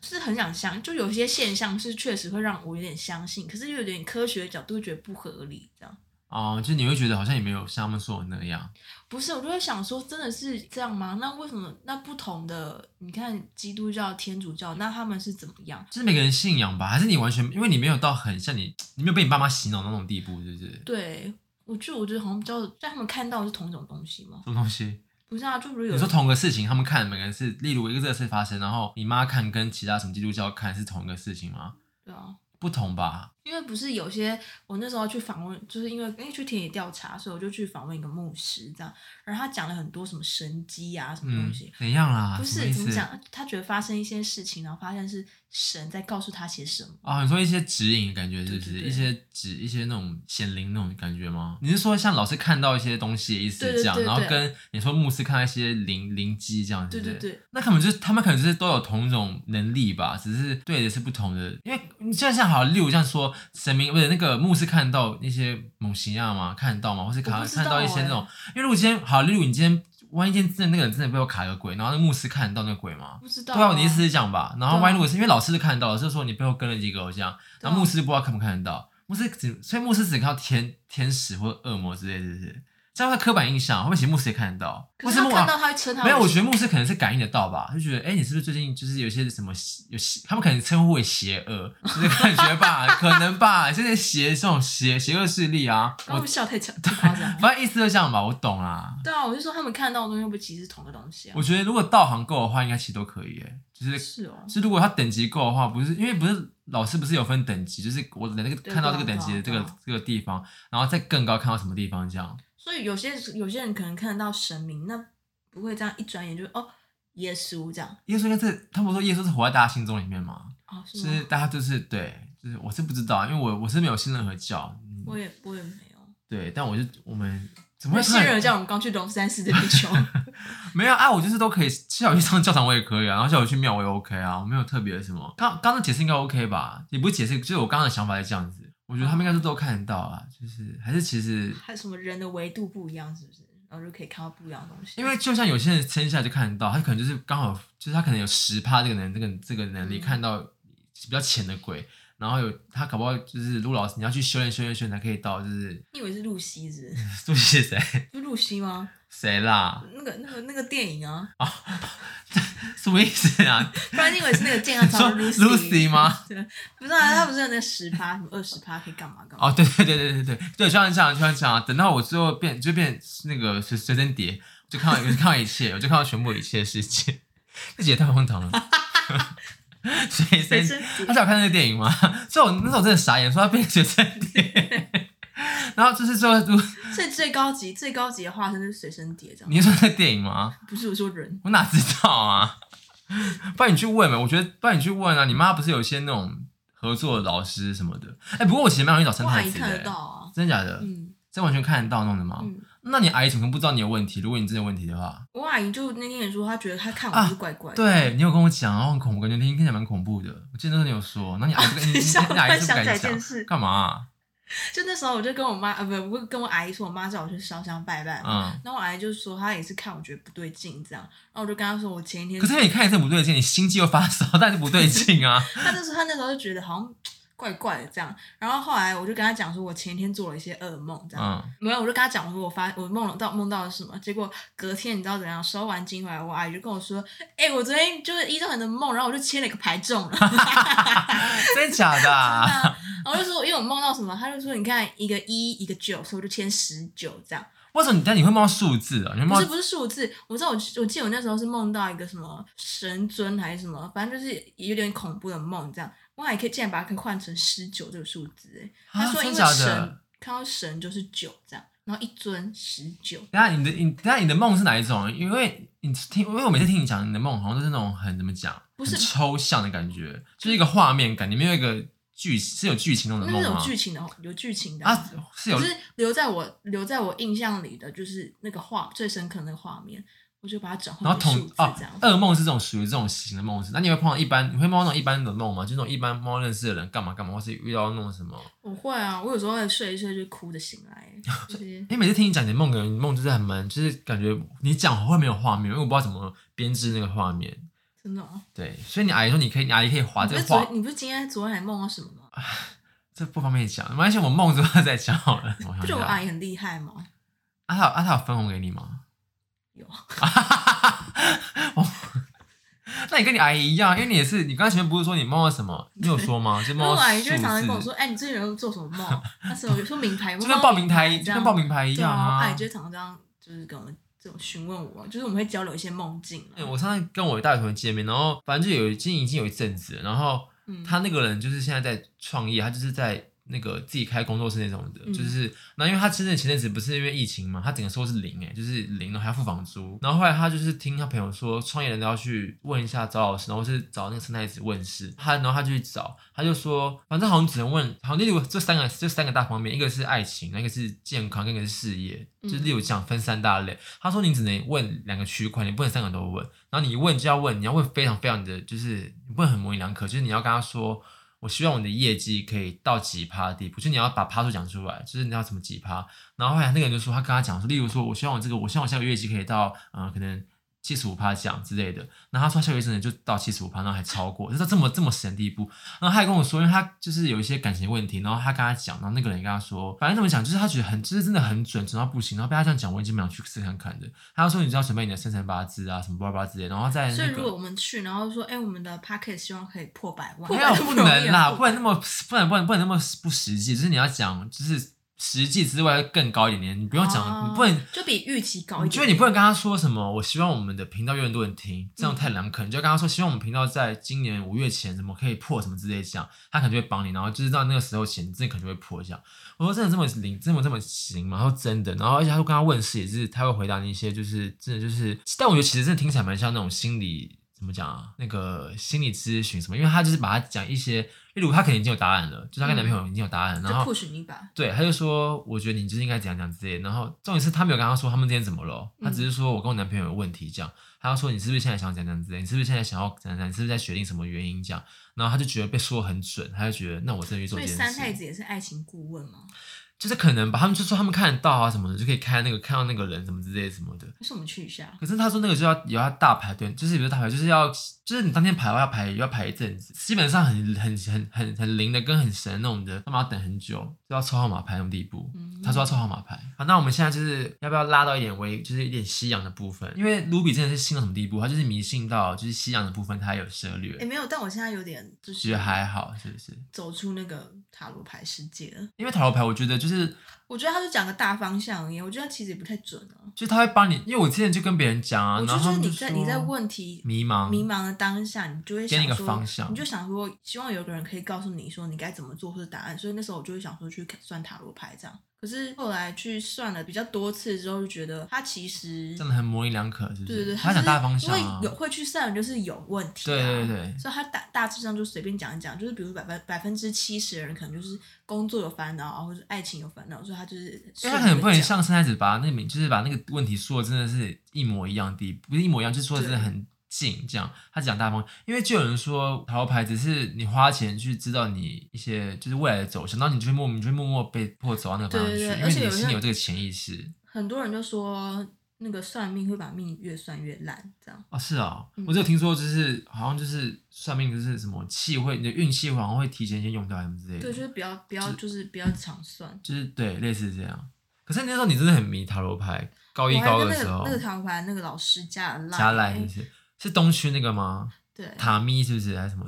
Speaker 2: 就是很想相，就有些现象是确实会让我有点相信，可是又有点科学的角度会觉得不合理，这样
Speaker 1: 哦，就是你会觉得好像也没有像他们说的那样。
Speaker 2: 不是，我就会想说，真的是这样吗？那为什么那不同的，你看基督教、天主教，那他们是怎么样？
Speaker 1: 就是每个人信仰吧，还是你完全因为你没有到很像你，你没有被你爸妈洗脑那种地步，是不是？
Speaker 2: 对，我就我觉得好像比较，像他们看到的是同一种东西吗？
Speaker 1: 什么东西？
Speaker 2: 不是啊，就比如有
Speaker 1: 你说同个事情，他们看每个人是，例如一个这个事发生，然后你妈看跟其他什么基督教看是同一个事情吗？
Speaker 2: 对啊，
Speaker 1: 不同吧？
Speaker 2: 因为不是有些我那时候去访问，就是因为因为去田野调查，所以我就去访问一个牧师，这样，然后他讲了很多什么神机啊，什么
Speaker 1: 嗯
Speaker 2: 东西。，
Speaker 1: 怎样啦？
Speaker 2: 不
Speaker 1: 什么意
Speaker 2: 是怎么
Speaker 1: 思？
Speaker 2: 讲？他觉得发生一些事情，然后发现是神在告诉他些什么。
Speaker 1: 哦，你说一些指引的感觉是不是？
Speaker 2: 对对对
Speaker 1: 一些指一些那种显灵那种感觉吗？你是说像老师看到一些东西的意思
Speaker 2: 对对
Speaker 1: 这样，
Speaker 2: 对
Speaker 1: 然后
Speaker 2: 对
Speaker 1: 跟你说牧师看到一些灵灵机这样，是
Speaker 2: 对
Speaker 1: 不是？
Speaker 2: 对对，
Speaker 1: 那可能就是他们可能就是都有同一种能力吧，只是对的是不同的。因为你像像好，例如像说神明不是那个牧师看到那些猛禽亚吗？看得到吗？或是
Speaker 2: 我
Speaker 1: 卡
Speaker 2: 不知道
Speaker 1: 看
Speaker 2: 哎
Speaker 1: 到一些那种？因为如果今天好，例如你今天万一今天真的那个人真的被我卡个鬼，然后那牧师看得到那个鬼吗？
Speaker 2: 不知道、
Speaker 1: 对啊，我的意思是这样吧。然后
Speaker 2: 对啊
Speaker 1: 万一如果是因为老师就看得到，老师就说你背后跟了几个偶像，
Speaker 2: 对
Speaker 1: 然
Speaker 2: 啊
Speaker 1: 后牧师就不知道看不看得到，牧师只所以牧师只靠天天使或恶魔之类，是不是？这样的刻板印象，会不会其实牧师也看得到？
Speaker 2: 可是
Speaker 1: 或
Speaker 2: 他
Speaker 1: 牧啊
Speaker 2: 看到他会称他
Speaker 1: 没有，我觉
Speaker 2: 得
Speaker 1: 得牧师可能是感应得到吧，就觉得哎、诶你是不是最近就是有些什么邪有邪，他们可能称呼为邪恶，就是感觉 吧，可能吧，现在邪这种邪邪恶势力啊，
Speaker 2: 刚刚
Speaker 1: 我
Speaker 2: 不是笑太强太夸 张了。
Speaker 1: 反正意思就这样吧，我懂啦。
Speaker 2: 对啊，我就说他们看到的东西会不会其实是同个东西啊
Speaker 1: 我？觉得如果道行够的话，应该其实都可以、诶就是
Speaker 2: 是哦，
Speaker 1: 是如果他等级够的话，不是因为不是老师不是有分等级，就是我的那个
Speaker 2: 对
Speaker 1: 看到这
Speaker 2: 对
Speaker 1: 个
Speaker 2: 啊
Speaker 1: 等级的这
Speaker 2: 对啊
Speaker 1: 个
Speaker 2: 对啊
Speaker 1: 这个地方，然后再更高看到什么地方这样。
Speaker 2: 所以有些有些人可能看得到神明，那不会这样一转眼就哦耶稣这样
Speaker 1: 耶稣应该是他们说耶稣是活在大家心中里面嘛，
Speaker 2: 哦是
Speaker 1: 就是
Speaker 2: 吗？
Speaker 1: 大家就是对，就是我是不知道，因为我我是没有信任何教，嗯
Speaker 2: 我也我也没有，
Speaker 1: 对，但我就我们怎么
Speaker 2: 那
Speaker 1: 会突
Speaker 2: 信
Speaker 1: 然
Speaker 2: 任叫我们刚去龙山寺这边求，
Speaker 1: 没有啊？我就是都可以，下午去上教堂我也可以啊，然后下午去庙我也 OK 啊，我没有特别什么。刚刚刚的解释应该 OK 吧？也不是解释，就是我刚刚的想法是这样子。我觉得他们应该是都看得到啊，就是还是其实，
Speaker 2: 还有什么人的维度不一样，是不是？然后就可以看到不一样的东西。
Speaker 1: 因为就像有些人生下来就看得到，他可能就是刚好就是他可能有十趴这个能这个这个能力
Speaker 2: 嗯
Speaker 1: 看到比较浅的鬼，然后有他搞不好就是陆老师你要去修炼修炼修炼才可以到，就是
Speaker 2: 你以为是露西是不
Speaker 1: 对不起谁
Speaker 2: 是？是露西吗？
Speaker 1: 谁啦，
Speaker 2: 那个那个那个电影啊，
Speaker 1: 什么意思啊？
Speaker 2: 不然你以为是那个健康操
Speaker 1: 你
Speaker 2: 露
Speaker 1: 说 Lucy 吗？
Speaker 2: 对， 不是啊，他不是有那十趴什么二十趴可以干嘛干嘛？
Speaker 1: 哦，对对对对对对对，就像这样，就像这样。啊等到我最后变就变那个随随身碟，我就看到我就看到一切，我就看到全部一切的世界，这也太荒唐了。随
Speaker 2: 随
Speaker 1: 身，
Speaker 2: 身
Speaker 1: 他是有看那个电影吗？所以我那时候真的傻眼，说他变随身碟。然后就是说，如
Speaker 2: 所以最高级最高级的化身就是随身碟，这样
Speaker 1: 你是说那个电影吗？
Speaker 2: 不是我说人。
Speaker 1: 我哪知道啊？不然你去问嘛，我觉得不然你去问啊。你妈不是有一些那种合作的老师什么的？哎、不过我其实蛮容易找
Speaker 2: 我
Speaker 1: 三
Speaker 2: 阿
Speaker 1: 太
Speaker 2: 姨
Speaker 1: 子的、
Speaker 2: 看得
Speaker 1: 欸
Speaker 2: 到，啊，
Speaker 1: 真的假的？
Speaker 2: 嗯
Speaker 1: 这完全看得到弄的吗？
Speaker 2: 嗯，
Speaker 1: 那你阿姨怎么不知道你有问题？如果你真的有问题的话，
Speaker 2: 我阿姨就那天也说，她觉得她看我就是怪
Speaker 1: 啊
Speaker 2: 怪的，
Speaker 1: 对你有跟我讲，哦然后很恐怖，感觉听听起来蛮恐怖的。 我记得那时候你有说，那你阿姨不跟你你
Speaker 2: 想
Speaker 1: 你阿姨是不
Speaker 2: 想起来
Speaker 1: 敢
Speaker 2: 一件
Speaker 1: 讲，
Speaker 2: 事，
Speaker 1: 干嘛啊、
Speaker 2: 就那时候我就跟我妈，呃，不，我跟我阿姨说，我妈叫我去烧香拜拜嘛，
Speaker 1: 嗯。
Speaker 2: 然后我阿姨就说她也是看我觉得不对劲这样，然后我就跟她说我前一天，
Speaker 1: 可是你看一次不对劲，你心悸又发烧，但是不对劲 啊！
Speaker 2: 她那时候她那时候就觉得好像怪怪的这样，然后后来我就跟她讲说我前一天做了一些噩梦这样，
Speaker 1: 嗯，
Speaker 2: 没有，我就跟他讲，我说我发我梦了到梦到了什么，结果隔天你知道怎样？收完经回来，我阿姨就跟我说：“哎、我昨天就是依照你的梦，然后我就切了一个 牌中了。
Speaker 1: 真假的、啊？
Speaker 2: 然后我就说，因为我梦到什么，他就说你看一个一一个九，所以我就签十九这样。
Speaker 1: 为什么你但你会梦到数字啊？你会
Speaker 2: 不
Speaker 1: 梦
Speaker 2: 是
Speaker 1: 到
Speaker 2: 不是数字，我知道我我记得我那时候是梦到一个什么神尊还是什么，反正就是有点恐怖的梦这样。我还可以竟然把它换成十九这个数字、哎，他
Speaker 1: 啊
Speaker 2: 说
Speaker 1: 真
Speaker 2: 因为
Speaker 1: 假
Speaker 2: 神、
Speaker 1: 的？
Speaker 2: 看到神就是九这样。然后一尊十九，
Speaker 1: 等一下你的你等一下你的梦是哪一种？因为你听，因为我每次听你讲你的梦，好像都是那种很怎么讲，
Speaker 2: 不是
Speaker 1: 很抽象的感觉，就是一个画面感，里面有一个剧是有剧情那种的
Speaker 2: 那
Speaker 1: 梦
Speaker 2: 是有
Speaker 1: 吗？
Speaker 2: 剧情的哦，有剧情的
Speaker 1: 啊，是有
Speaker 2: 可是留在我留在我印象里的就是那个画最深刻的那个画面，我就把它转
Speaker 1: 然
Speaker 2: 换
Speaker 1: 后
Speaker 2: 成数
Speaker 1: 同
Speaker 2: 字
Speaker 1: 哦
Speaker 2: 这样，。
Speaker 1: 噩梦是这种属于这种型的梦是，那你会碰到一般，你会梦到那种一般的梦吗？就那种一般梦到认识的人干嘛干嘛，或是遇到那种什么？
Speaker 2: 我会啊，我有时候会睡一睡就哭着醒来， 就是
Speaker 1: 因哎为每次听你讲你的梦，感觉你梦就是还蛮，就是感觉你讲会没有画面，因为我不知道怎么编织那个画面。
Speaker 2: 真的、哦。
Speaker 1: 对，所以你阿姨说你可以，你阿姨可以划
Speaker 2: 你
Speaker 1: 这
Speaker 2: 不
Speaker 1: 个
Speaker 2: 是昨
Speaker 1: 画，哎
Speaker 2: 你不是今天昨晚还梦到什么吗？
Speaker 1: 这不方便讲，没关系，我梦之后再讲好 了。我
Speaker 2: 不
Speaker 1: 想
Speaker 2: 觉得我
Speaker 1: 想，
Speaker 2: 阿
Speaker 1: 啊，
Speaker 2: 姨很厉害吗？
Speaker 1: 他有啊，他有分红给你吗？
Speaker 2: 有，
Speaker 1: 哦那你跟你阿姨一样，因为你也是，你刚才前面不是说你梦到什么？你有说吗？就
Speaker 2: 然
Speaker 1: 梦
Speaker 2: 后
Speaker 1: 到
Speaker 2: 我阿姨就会常常跟我
Speaker 1: 数字
Speaker 2: 说：“哎、你最近有做什么 梦？那时候有说名牌，
Speaker 1: 就
Speaker 2: 我
Speaker 1: 跟
Speaker 2: 到
Speaker 1: 报名牌，
Speaker 2: 这
Speaker 1: 就
Speaker 2: 样
Speaker 1: 跟报名牌一
Speaker 2: 对
Speaker 1: 样
Speaker 2: 啊。”我
Speaker 1: 啊
Speaker 2: 阿姨。就会常常这样，就是跟我们这种询问我，就是我们会交流一些梦境
Speaker 1: 对
Speaker 2: 啊。
Speaker 1: 我上次跟我一大学同学见面，然后反正就有已经已经有一阵子了，然后
Speaker 2: 嗯，
Speaker 1: 他那个人就是现在在创业，他就是在那个自己开工作室那种的，
Speaker 2: 嗯
Speaker 1: 就是那因为他真正前阵子不是因为疫情嘛，他整个收入是零哎、就是零，然后还要付房租，然后后来他就是听他朋友说，创业人都要去问一下赵老师，然后是找那个生态子问事，他然后他就去找，他就说，反正好像只能问，好像例如这三个这三个大方面，一个是爱情，那个是健康，跟一个是事业，就
Speaker 2: 嗯
Speaker 1: 是例如讲分三大类，他说你只能问两个区块，你不能三个都问。然后你一问就要问，你要问非常非常的，就是你不能很模棱两可，就是你要跟他说，我希望我的业绩可以到几趴的地步，就是你要把趴数讲出来，就是你要怎么几趴。然后后来那个人就说，他跟他讲说，例如说我希望我这个，我希望我下个月绩可以到，嗯、可能。七十五趴奖之类的，然后他说他下个月真的就到七十五趴，然后还超过，就是到这么这么神的地步。然后他还跟我说，因为他就是有一些感情问题，然后他跟他讲，然后那个人跟他说，反正怎么讲，就是他觉得很，就是真的很准，准到不行。然后被他这样讲，我已经蛮想去试看看的。他说，你只要准备你的生辰八字啊，什么八八之类的，然后在
Speaker 2: 所以
Speaker 1: 那
Speaker 2: 如果
Speaker 1: 个
Speaker 2: 我们去，然后说：“哎、我们的 p a c k e t 希望可以破百万。”
Speaker 1: 没有
Speaker 2: 不
Speaker 1: 不
Speaker 2: 容易啊
Speaker 1: 能啦，不能那么不能不能不能那么不实际，就是你要讲就是实际之外更高一点点，你不用讲，
Speaker 2: 哦
Speaker 1: 你不能
Speaker 2: 就比预期高
Speaker 1: 你
Speaker 2: 一
Speaker 1: 觉
Speaker 2: 点。
Speaker 1: 得你不能跟他说什么？我希望我们的频道越来越多人听，这样太难啃。你就跟他说，希望我们频道在今年五月前怎么可以破什么之类这样，他可能就会帮你。然后就是到那个时候前，你真的可能就会破这样。我说真的这么灵，这么这么行吗？他说真的。然后而且他说跟他问事也是，他会回答你一些就是真的就是，但我觉得其实真的听起来蛮像那种心理怎么讲啊？那个心理咨询什么，因为他就是把他讲一些，例如他可能已经有答案了，就是他跟男朋友已经有答案，
Speaker 2: 就
Speaker 1: 然后
Speaker 2: push 你一把。
Speaker 1: 对，他就说，我觉得你就是应该怎样讲之类的。然后重点是他没有跟他说他们之间怎么了，他
Speaker 2: 嗯
Speaker 1: 只是说我跟我男朋友有问题这样。他就说你是不是现在想讲讲之类，你是不是现在想要讲讲，你是不是在决定什么原因这样。然后他就觉得被说得很准，他就觉得那我真的去做
Speaker 2: 所
Speaker 1: 这
Speaker 2: 以
Speaker 1: 件
Speaker 2: 三太
Speaker 1: 事，
Speaker 2: 子也是爱情顾问嘛？
Speaker 1: 就是可能吧。他们就说他们看得到啊什么的，就可以看那个看到那个人什么之类什么的。
Speaker 2: 还是我们去一下？
Speaker 1: 可是他说那个就要也要大排队，就是比如大排，就是要就是你当天排的话要排要排一阵子，基本上很很很很很灵的跟很神的那种的，他们要等很久，就要抽号码牌那种地步。
Speaker 2: 嗯
Speaker 1: 他说要抽号码牌。好，那我们现在就是要不要拉到一点微，就是一点西洋的部分？因为卢比真的是信到什么地步，他就是迷信到就是西洋的部分，他有涉猎
Speaker 2: 哎、，没有，但我现在有点就
Speaker 1: 其
Speaker 2: 是
Speaker 1: 实还好，是不是？
Speaker 2: 走出那个塔罗牌世界了。
Speaker 1: 因为塔罗牌，我觉得就是
Speaker 2: 我觉得他就讲个大方向而已，我觉得他其实也不太准啊。
Speaker 1: 就是他会帮你，因为我之前就跟别人讲啊，
Speaker 2: 我
Speaker 1: 然
Speaker 2: 就
Speaker 1: 后他们
Speaker 2: 觉得你
Speaker 1: 就
Speaker 2: 在
Speaker 1: 说
Speaker 2: 你在问题
Speaker 1: 迷茫
Speaker 2: 迷茫的当下，你就会
Speaker 1: 啊给
Speaker 2: 想
Speaker 1: 你个
Speaker 2: 说
Speaker 1: 方向
Speaker 2: 你就想说希望有个人可以告诉你说你该怎么做或者答案。所以那时候我就会想说去算塔罗牌这样。可是后来去算了比较多次之后，就觉得他其实
Speaker 1: 真的很模棱两可，是不是？
Speaker 2: 对对对，
Speaker 1: 他
Speaker 2: 就
Speaker 1: 讲
Speaker 2: 是
Speaker 1: 大方向、啊，
Speaker 2: 因为有会去算人就是有问题、啊，
Speaker 1: 对对对
Speaker 2: 所以他大大致上就随便讲一讲，就是比如百分百分之七十的人可能就是工作有烦恼啊，或者爱情有烦恼，所以他就是
Speaker 1: 因为
Speaker 2: 顺着
Speaker 1: 他
Speaker 2: 讲，
Speaker 1: 可能不能像生孩子把那名，就是把那个问题说的真的是一模一样的，不是一模一样，就是说的真的很近这样。他讲大方，因为就有人说塔罗牌只是你花钱去知道你一些就是未来的走向，然后你就会默，你就会默默被迫走到那个方向去，
Speaker 2: 对对对
Speaker 1: 因
Speaker 2: 而
Speaker 1: 为
Speaker 2: 且
Speaker 1: 你
Speaker 2: 有些
Speaker 1: 心里有这个潜意识。
Speaker 2: 很多人就说那个算命会把命越算越烂，这样
Speaker 1: 哦，是啊、
Speaker 2: 嗯
Speaker 1: 我只有听说，就是好像就是算命，就是什么气会，你的运气好像会提前先用掉什么之类的。
Speaker 2: 对，就是不要不要就是不要常算。
Speaker 1: 就是对，类似这样。可是那时候你真的很迷塔罗牌，高
Speaker 2: 我
Speaker 1: 一
Speaker 2: 还
Speaker 1: 高
Speaker 2: 跟
Speaker 1: 二
Speaker 2: 那
Speaker 1: 的
Speaker 2: 个
Speaker 1: 时候
Speaker 2: 那，个塔罗牌那个老师加了
Speaker 1: 加赖是
Speaker 2: 欸
Speaker 1: 不是是东区那个吗？
Speaker 2: 对，
Speaker 1: 塔咪是不是还是什么？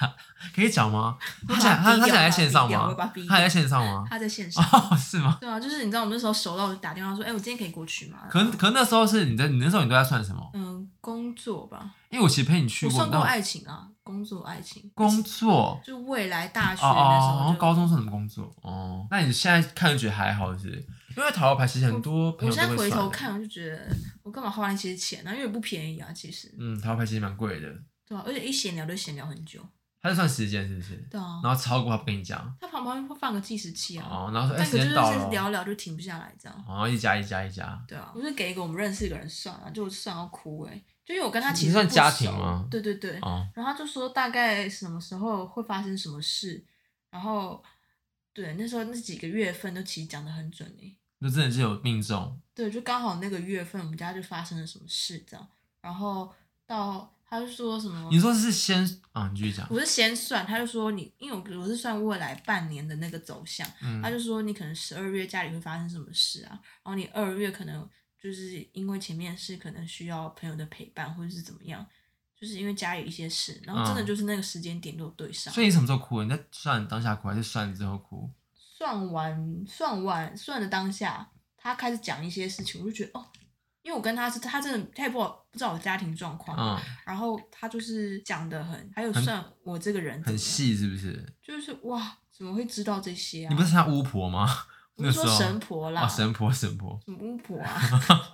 Speaker 1: 可以讲吗？他
Speaker 2: 我把它
Speaker 1: 现在他
Speaker 2: 逼
Speaker 1: 他现在在线上
Speaker 2: 掉我把它逼掉我
Speaker 1: 吗
Speaker 2: 把它逼？
Speaker 1: 他还在
Speaker 2: 掉
Speaker 1: 线上吗？
Speaker 2: 他在线上。
Speaker 1: 哦，是吗？
Speaker 2: 对啊，就是你知道我们那时候熟到，我就打电话说，哎、我今天可以过去吗？
Speaker 1: 可能可能那时候是你在你那时候你都在算什么？
Speaker 2: 嗯，工作吧，
Speaker 1: 因为我其实陪你去
Speaker 2: 我
Speaker 1: 过，
Speaker 2: 算
Speaker 1: 但
Speaker 2: 过
Speaker 1: 我
Speaker 2: 爱情啊，工作爱情，
Speaker 1: 工作
Speaker 2: 就未来大
Speaker 1: 哦
Speaker 2: 学
Speaker 1: 哦，
Speaker 2: 那时
Speaker 1: 然
Speaker 2: 候
Speaker 1: 后
Speaker 2: 就
Speaker 1: 高中算什么工作？哦，那你现在看就觉得还好是不是？因为塔罗牌其实很多朋友都
Speaker 2: 我现在
Speaker 1: 会
Speaker 2: 回头
Speaker 1: 算的。
Speaker 2: 看，我就觉得我干嘛花那些钱呢、因为也不便宜啊，其实
Speaker 1: 嗯，塔罗牌其实蛮贵的，
Speaker 2: 对啊，而且一闲聊就闲聊很久，
Speaker 1: 它是算时间是不是？
Speaker 2: 对啊
Speaker 1: 然。后超过他不跟你讲
Speaker 2: 他旁边会放个计时器啊，
Speaker 1: 哦，然后说哎
Speaker 2: 但
Speaker 1: 时
Speaker 2: 可就是
Speaker 1: 间到了
Speaker 2: 是聊
Speaker 1: 哦，
Speaker 2: 聊就停不下来这样。
Speaker 1: 然后一加一加一加，
Speaker 2: 对啊，我是给一个我们认识一个人算啊，就算到哭哎、就因为我跟他
Speaker 1: 你
Speaker 2: 其实
Speaker 1: 算
Speaker 2: 不
Speaker 1: 家
Speaker 2: 熟
Speaker 1: 庭吗
Speaker 2: 对对对，
Speaker 1: 哦，
Speaker 2: 然后他就说大概什么时候会发生什么事，然后对那时候那几个月份都其实讲的很准诶、
Speaker 1: 就真的是有命中，
Speaker 2: 对，就刚好那个月份我们家就发生了什么事这样，然后到他就说什么
Speaker 1: 你，说是先啊，你继续讲，
Speaker 2: 我是先算，他就说你，因为我我是算未来半年的那个走向，
Speaker 1: 嗯
Speaker 2: 他就说你可能十二月家里会发生什么事啊，然后你二月可能就是因为前面是可能需要朋友的陪伴或者是怎么样，就是因为家里有一些事，然后真的
Speaker 1: 嗯
Speaker 2: 就是那个时间点就对上。
Speaker 1: 所以你什么时候哭？你在算当下哭还是算之后哭？
Speaker 2: 算完算完算的当下，他开始讲一些事情，我就觉得哦，因为我跟他是他真的他也不知道不知道我家庭状况，
Speaker 1: 嗯，
Speaker 2: 然后他就是讲的很，还有
Speaker 1: 很
Speaker 2: 算我这个人怎么
Speaker 1: 很
Speaker 2: 样，
Speaker 1: 细是不是？
Speaker 2: 就是哇，怎么会知道这些啊？
Speaker 1: 你不是他巫婆吗？
Speaker 2: 我
Speaker 1: 那
Speaker 2: 是
Speaker 1: 时
Speaker 2: 说
Speaker 1: 候
Speaker 2: 神婆啦，
Speaker 1: 啊，神婆神婆，
Speaker 2: 什么巫婆啊？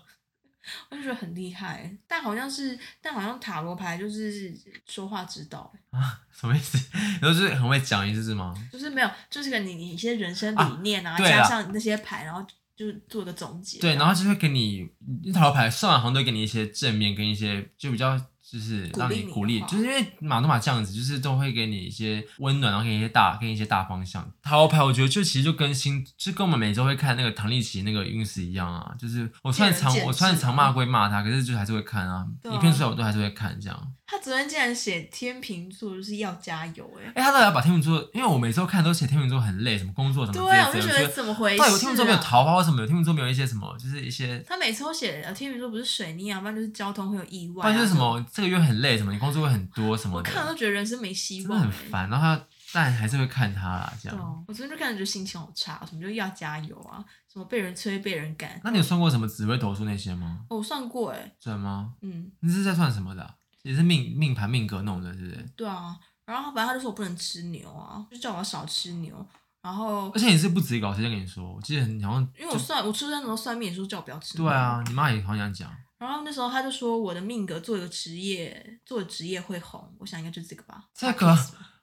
Speaker 2: 我就觉得很厉害，但好像是，但好像塔罗牌就是说话之道，欸
Speaker 1: 啊什么意思？ 然后就是很会讲意思是吗？
Speaker 2: 就是没有，就是个你你一些人生理念啊，
Speaker 1: 啊对啦
Speaker 2: 加上那些牌，然后就做个总结。
Speaker 1: 对，然后就会给你一套牌算完，好像都会给你一些正面跟一些就比较就是
Speaker 2: 鼓励
Speaker 1: 让
Speaker 2: 你
Speaker 1: 你
Speaker 2: 的
Speaker 1: 鼓励，
Speaker 2: 话
Speaker 1: 就是因为马诺马这样子，就是都会给你一些温暖，然后给你一些大给你一些大方向。塔罗牌我觉得就其实就跟星，就跟我们每周会看那个唐立奇那个运势一样啊，就是我虽然
Speaker 2: 见
Speaker 1: 常
Speaker 2: 仁见
Speaker 1: 我虽然
Speaker 2: 智
Speaker 1: 常
Speaker 2: 啊
Speaker 1: 骂归骂他，可是就还是会看啊，
Speaker 2: 对啊
Speaker 1: 一片出来我都还是会看这样。
Speaker 2: 他昨天竟然写天秤座就是要加油、哎，
Speaker 1: 哎、他到底要把天秤座，因为我每周看都写天秤座很累，什么工作什么之类
Speaker 2: 对啊，
Speaker 1: 的，
Speaker 2: 我就觉
Speaker 1: 觉
Speaker 2: 得怎么回事、
Speaker 1: 到
Speaker 2: 啊？
Speaker 1: 底有天秤座没有桃花，为什么有天秤座没有一些什么，就是一些，
Speaker 2: 他每次都写呃天秤座不是水逆啊，不然就是交通会有意
Speaker 1: 不
Speaker 2: 外、啊，
Speaker 1: 然就是什。么这个月很累，什么你工作会很多什么
Speaker 2: 我
Speaker 1: 的，
Speaker 2: 看了都觉得人生没希
Speaker 1: 真的
Speaker 2: 望、
Speaker 1: 很
Speaker 2: 哎
Speaker 1: 烦。然后他但还是会看他啦，这
Speaker 2: 对
Speaker 1: 样。
Speaker 2: 啊，我昨天就看着觉得心情好差，什么就要加油啊，什么被人催被人赶。
Speaker 1: 那你有算过什么紫微斗数那些吗？
Speaker 2: 哦我算过哎、
Speaker 1: 算吗？
Speaker 2: 嗯，
Speaker 1: 你是在算什么的啊、也是命命盘命格弄的，是不是？
Speaker 2: 对啊，然后反正他就说我不能吃牛啊，就叫我少吃牛。然后
Speaker 1: 而且你是不止一个老师在跟你说，我记得你好像
Speaker 2: 因为我算我出生的时候算命也说叫我不要吃牛，
Speaker 1: 对啊，你妈也好像讲，
Speaker 2: 然后那时候他就说我的命格做一个职业，做职业会红，我想应该就这个吧。
Speaker 1: 这个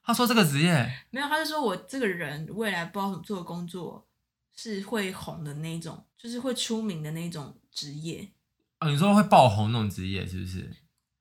Speaker 1: 她说这个职业
Speaker 2: 没有，他就说我这个人未来不知道怎么做的工作是会红的那一种，就是会出名的那一种职业。
Speaker 1: 哦，你说会爆红那种职业是不是？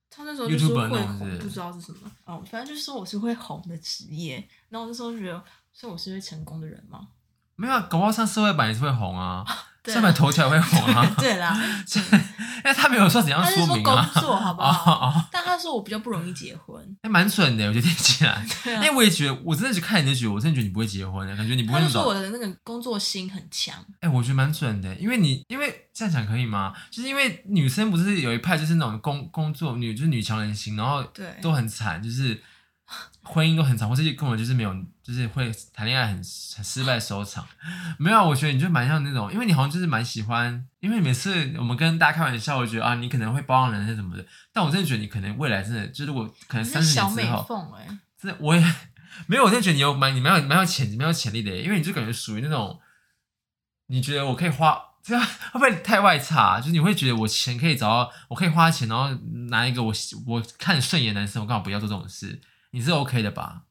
Speaker 2: 他那时候就说
Speaker 1: YouTuber
Speaker 2: 会
Speaker 1: 那种
Speaker 2: 红，
Speaker 1: 是
Speaker 2: 不知道是什么哦，反正就是说我是会红的职业。然后我那时候就觉得，所以我是会成功的人吗？
Speaker 1: 没有啊，搞不好上社会版也是会红啊，
Speaker 2: 对
Speaker 1: 社
Speaker 2: 啊。
Speaker 1: 会版头起来会红啊
Speaker 2: 对啦，
Speaker 1: 这因为他没有说怎样
Speaker 2: 他是
Speaker 1: 说
Speaker 2: 说
Speaker 1: 明
Speaker 2: 工
Speaker 1: 啊。
Speaker 2: 作好不
Speaker 1: 啊
Speaker 2: 好？
Speaker 1: 啊，
Speaker 2: 但他说我比较不容易结婚，
Speaker 1: 还蛮准的，我觉得听起来。
Speaker 2: 对啊
Speaker 1: 哎，我也觉得，我真的去看你的觉得，我真的觉得你不会结婚的，感觉你不会
Speaker 2: 他就
Speaker 1: 那
Speaker 2: 说我
Speaker 1: 种。
Speaker 2: 的那个工作心很强，
Speaker 1: 哎，我觉得蛮准的，因为你，因为这样讲可以吗？就是因为女生不是有一派就是那种工工作女，就是女强人心，然后
Speaker 2: 对
Speaker 1: 都很惨，就是婚姻都很惨，或是根本就是没有，就是会谈恋爱很很失败收场。没有啊，我觉得你就蛮像那种，因为你好像就是蛮喜欢，因为每次我们跟大家开玩笑，我觉得啊，你可能会包容人是什么的，但我真的觉得你可能未来真的，就如果可能
Speaker 2: 你
Speaker 1: 三
Speaker 2: 是
Speaker 1: 十哦
Speaker 2: 小
Speaker 1: 年之
Speaker 2: 美
Speaker 1: 后，
Speaker 2: 凤哎、
Speaker 1: 真的我也没有，我真的觉得你有蛮你蛮有蛮有潜蛮有潜力的耶，因为你就感觉属于那种，你觉得我可以花。这样会不会太外差、啊就是你会觉得我钱可以找到，我可以花钱，然后拿一个我喜我看顺眼的男生，我干嘛不要做这种事？你是 OK 的吧？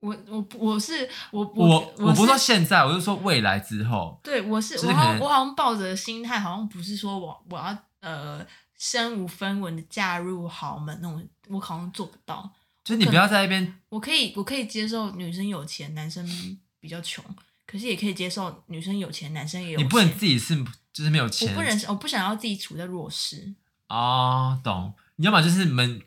Speaker 2: 我我不我是我
Speaker 1: 我
Speaker 2: 我
Speaker 1: 我不是说
Speaker 2: 是
Speaker 1: 现在，我是说未来之后。
Speaker 2: 对我是
Speaker 1: 就是
Speaker 2: 我好
Speaker 1: 可
Speaker 2: 像
Speaker 1: 能
Speaker 2: 我好像抱着的心态，好像不是说我我要呃身无分文的嫁入豪门那种，我好像做不到。
Speaker 1: 就是你不要在那边，
Speaker 2: 我可以我可以接受女生有钱，男生比较穷，可是也可以接受女生有钱，男生也有
Speaker 1: 你
Speaker 2: 钱。
Speaker 1: 不能自己是就是没有钱。
Speaker 2: 我不能，我不想要自己处在弱势。
Speaker 1: 哦，懂。你要么就是门，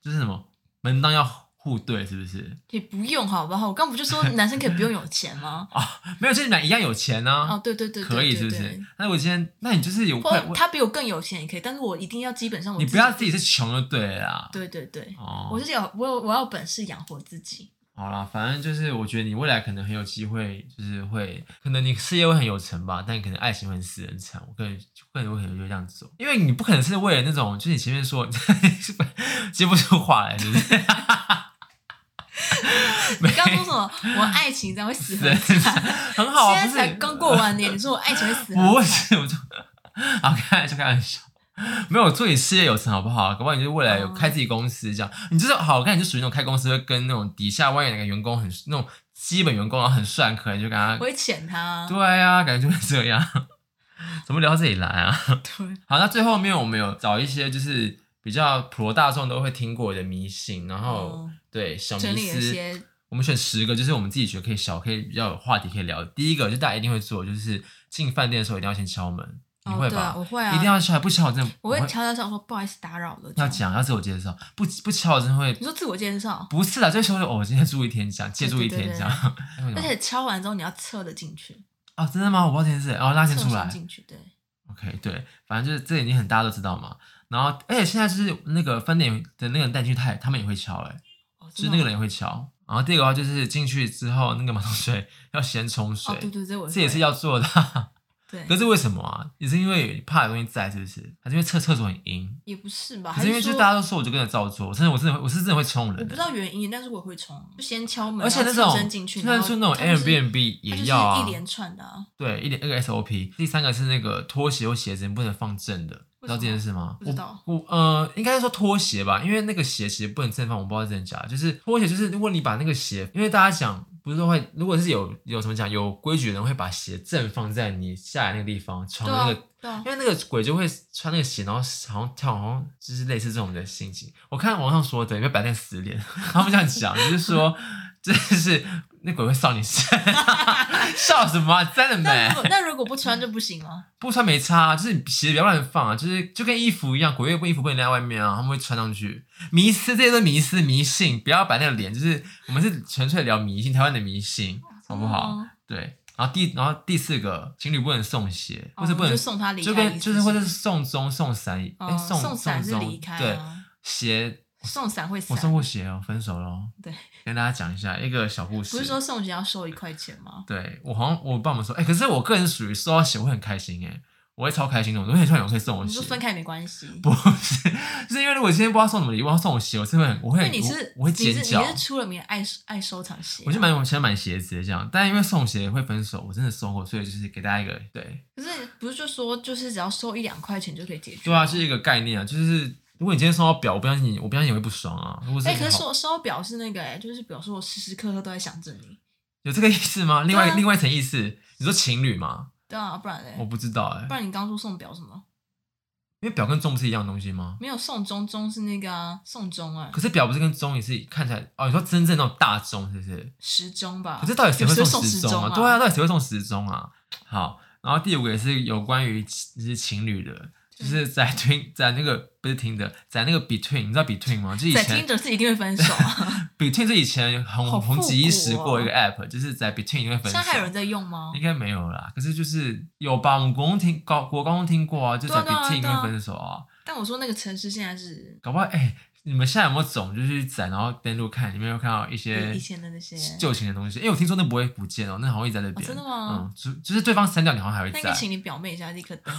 Speaker 1: 就是什么门当要户对，是不是？
Speaker 2: 也不用好不好？我刚不就说男生可以不用有钱 吗？
Speaker 1: 哦，没有，就是你们一样有钱啊呢、
Speaker 2: 哦，对对对，对
Speaker 1: 可以是
Speaker 2: 对
Speaker 1: 不
Speaker 2: 对
Speaker 1: 是？那我今天，那你就是有快，
Speaker 2: 或他比我更有钱也可以，但是我一定要基本上我
Speaker 1: 你
Speaker 2: 自
Speaker 1: 不
Speaker 2: 己
Speaker 1: 要自己是穷就对了啦。
Speaker 2: 对对对，
Speaker 1: 哦，
Speaker 2: 我是有我有我要有本事养活自 己。
Speaker 1: 好啦，反正就是我觉得你未来可能很有机会，就是会可能你事业会很有成吧，但可能爱情会很死人惨。我个人个人会很就这样走，因为你不可能是为了那种， 就是你前面说接不出话来，是不是？
Speaker 2: 你刚刚说什么？我爱情才会死很
Speaker 1: 对
Speaker 2: 惨。
Speaker 1: 很好啊，
Speaker 2: 啊现
Speaker 1: 不
Speaker 2: 在才
Speaker 1: 是
Speaker 2: 刚过完年，你说我爱情会 死
Speaker 1: 不
Speaker 2: 很惨？
Speaker 1: 是，我就 好开玩笑，开玩笑。没有，祝你事业有成，好不好？搞不好你就未来有
Speaker 2: 哦
Speaker 1: 开自己公司这样，你就是好，我看你就属于那种开公司会跟那种底下外面的员工很那种基本员工，然后很帅很可爱，就跟他
Speaker 2: 我会潜他。
Speaker 1: 对啊，感觉就会这样。 怎么聊到这里来啊？
Speaker 2: 对，
Speaker 1: 好，那最后面我们有找一些就是比较普罗大众都会听过的迷信，然后、
Speaker 2: 哦
Speaker 1: 对小
Speaker 2: 整
Speaker 1: 迷
Speaker 2: 理了一
Speaker 1: 思，
Speaker 2: 些
Speaker 1: 我们选十个，就是我们自己觉得可以小，可以比较有话题可以聊的。第一个就大家一定会做，就是进饭店的时候一定要先敲门，你
Speaker 2: 哦，
Speaker 1: 会
Speaker 2: 对啊，
Speaker 1: 吧？
Speaker 2: 我会啊，
Speaker 1: 一定要敲，不敲我真的
Speaker 2: 我
Speaker 1: 会
Speaker 2: 会悄悄悄说不好意思打扰了。这
Speaker 1: 要
Speaker 2: 样，
Speaker 1: 讲，要自我介绍，不不敲我真的会
Speaker 2: 你说自我介绍，
Speaker 1: 不是啦，就说哦，我今天住一天这样，借住一天这样。啊
Speaker 2: 而且敲完之后你要侧着进去，
Speaker 1: 哦，真的吗？我不知道这件事，然、哦、后拉线
Speaker 2: 侧
Speaker 1: 出来
Speaker 2: 身。进去，对，
Speaker 1: OK，对，反正就是这已经很大家都知道嘛。然后，而且现在就是那个分店的那个人带进去，他也他们也会敲、欸，哎，
Speaker 2: 哦
Speaker 1: 就
Speaker 2: 真
Speaker 1: 是
Speaker 2: 的
Speaker 1: 那个
Speaker 2: 哦
Speaker 1: 人也会敲。然后第二个话就是进去之后，那个马桶水 要先冲水，
Speaker 2: 哦，对对对，我
Speaker 1: 这也
Speaker 2: 会
Speaker 1: 是要做的。
Speaker 2: 对
Speaker 1: 可，是为什么啊？也是因为怕有东西在，是不是？还是因为厕厕所很阴？
Speaker 2: 也不是吧，
Speaker 1: 可
Speaker 2: 啊还
Speaker 1: 是因为就
Speaker 2: 说
Speaker 1: 大家都说，我就跟着照做。我真的，我真的，我是真的会冲人的。
Speaker 2: 我不知道原因，但是我会冲，就先敲门，
Speaker 1: 而且那
Speaker 2: 然后侧身
Speaker 1: 种，
Speaker 2: 进去，
Speaker 1: 就算
Speaker 2: 然后
Speaker 1: 是那种
Speaker 2: 它就是
Speaker 1: Airbnb
Speaker 2: 它
Speaker 1: 也
Speaker 2: 就是
Speaker 1: 要啊，
Speaker 2: 一连串的啊，
Speaker 1: 对，一点那个 SOP。第三个是那个拖鞋或鞋子你不能放正的，知
Speaker 2: 为什么
Speaker 1: 道这件事吗？
Speaker 2: 不知道
Speaker 1: 我我呃，应该是说拖鞋吧，因为那个鞋其实不能正放，我不知道真的假的。就是拖鞋，就是如果你把那个鞋，因为大家讲不是说会，如果是有有什么讲有规矩的人会把鞋正放在你下来那个地方，床
Speaker 2: 对
Speaker 1: 的那
Speaker 2: 啊
Speaker 1: 个。
Speaker 2: 对啊
Speaker 1: 因，为那个鬼就会穿那个鞋，然后好像跳，好像就是类似这种的心情。我看网上说的，因为白天死脸， 他们这样讲，就是说， 就是那鬼会上你身， 笑什么啊、真的没
Speaker 2: 那如？果那如果不穿就不行吗？
Speaker 1: 不穿没差、啊，就是你鞋不要乱放啊，就是就跟衣服一样，鬼月不衣服不能晾在外面啊，他们会穿上去。迷思这些都是迷思迷信，不要摆那个脸，就是我们是纯粹聊迷信，台湾的迷信， 好不好？
Speaker 2: 嗯？
Speaker 1: 对，然后第然后第四个，情侣不能送鞋，或者
Speaker 2: 哦
Speaker 1: 不能、
Speaker 2: 就送他离开
Speaker 1: 就
Speaker 2: 的意思
Speaker 1: 跟
Speaker 2: 吗，
Speaker 1: 就是或者是送钟送伞，哎、
Speaker 2: 哦
Speaker 1: 送
Speaker 2: 送伞是
Speaker 1: 钟
Speaker 2: 离开
Speaker 1: 对
Speaker 2: 啊，
Speaker 1: 鞋，
Speaker 2: 送伞会
Speaker 1: 我
Speaker 2: 散
Speaker 1: 送，过鞋哦，分手了哦。
Speaker 2: 对，
Speaker 1: 跟大家讲一下一个小故事。
Speaker 2: 不是说送鞋要收一块钱吗？
Speaker 1: 对我好像我爸妈说，哎、可是我个人属于收到鞋会很开心哎、我会超开心的，我很喜欢有人可以送我
Speaker 2: 你
Speaker 1: 鞋
Speaker 2: 说。分开也没关系，
Speaker 1: 不是， 就是因为如果今天不知道送什么礼物，要送我鞋，我是会很，我
Speaker 2: 因
Speaker 1: 会
Speaker 2: 为
Speaker 1: 很，
Speaker 2: 你是
Speaker 1: 我我会
Speaker 2: 你
Speaker 1: 尖
Speaker 2: 是
Speaker 1: 叫
Speaker 2: 你。是出了名的爱爱收藏鞋啊，
Speaker 1: 我就买，我喜欢买鞋子这样，但因为送鞋会分手，我真的收过，所以就是给大家一个对
Speaker 2: 可是不是就说就是只要收一两块钱就可以解决？
Speaker 1: 对啊，是一个概念啊，就是如果你今天送到表，我不相信你，我不相信你会不爽啊。如果是
Speaker 2: 哎、可是
Speaker 1: 好
Speaker 2: 收收表是那个哎、就是表示我时时刻刻都在想着你，
Speaker 1: 有这个意思吗？另外、
Speaker 2: 对啊
Speaker 1: 另外一层意思，你说情侣吗？
Speaker 2: 对啊，不然嘞、
Speaker 1: 我不知道哎、
Speaker 2: 不然你刚说送表什么？
Speaker 1: 因为表跟钟不是一样的东西吗？
Speaker 2: 没有送钟，钟是那个啊，送钟啊，
Speaker 1: 可是表不是跟钟也是看起来哦，你说真正那种大钟是不是？
Speaker 2: 时钟吧。
Speaker 1: 可是到底谁会送时
Speaker 2: 啊有谁会送时
Speaker 1: 钟
Speaker 2: 钟
Speaker 1: 啊？
Speaker 2: 啊
Speaker 1: 对啊，到底谁会送时钟啊？好，然后第五个也是有关于就是情侣的，就是在听在那个不是听的，在那个 between，你知道 between 吗？啊就以
Speaker 2: 在
Speaker 1: 前
Speaker 2: 听着是一定会分手 啊！
Speaker 1: between 是以前
Speaker 2: 好
Speaker 1: 红
Speaker 2: 复古
Speaker 1: 红极一时
Speaker 2: 哦
Speaker 1: 过一个 app，就是在 between 你会分
Speaker 2: 现
Speaker 1: 手
Speaker 2: 在。还有人在用吗？
Speaker 1: 应该没有啦，可是就是有吧？我们国中听高国高中听过啊，就在
Speaker 2: 对啊
Speaker 1: between
Speaker 2: 对啊对
Speaker 1: 跟
Speaker 2: 啊
Speaker 1: 分手啊，
Speaker 2: 但我说那个城市现在是
Speaker 1: 搞不好哎、你们现在有没有种就是去载，然后登录看，你们有没有看到一些
Speaker 2: 以前的那些，
Speaker 1: 旧情的东西？因为哎我听说那不会不见哦，那好像一直在那边、
Speaker 2: 哦真的吗
Speaker 1: 嗯，就就是对方删掉，你好像还会
Speaker 2: 那
Speaker 1: 在
Speaker 2: 个，请你表妹一下，立刻 登。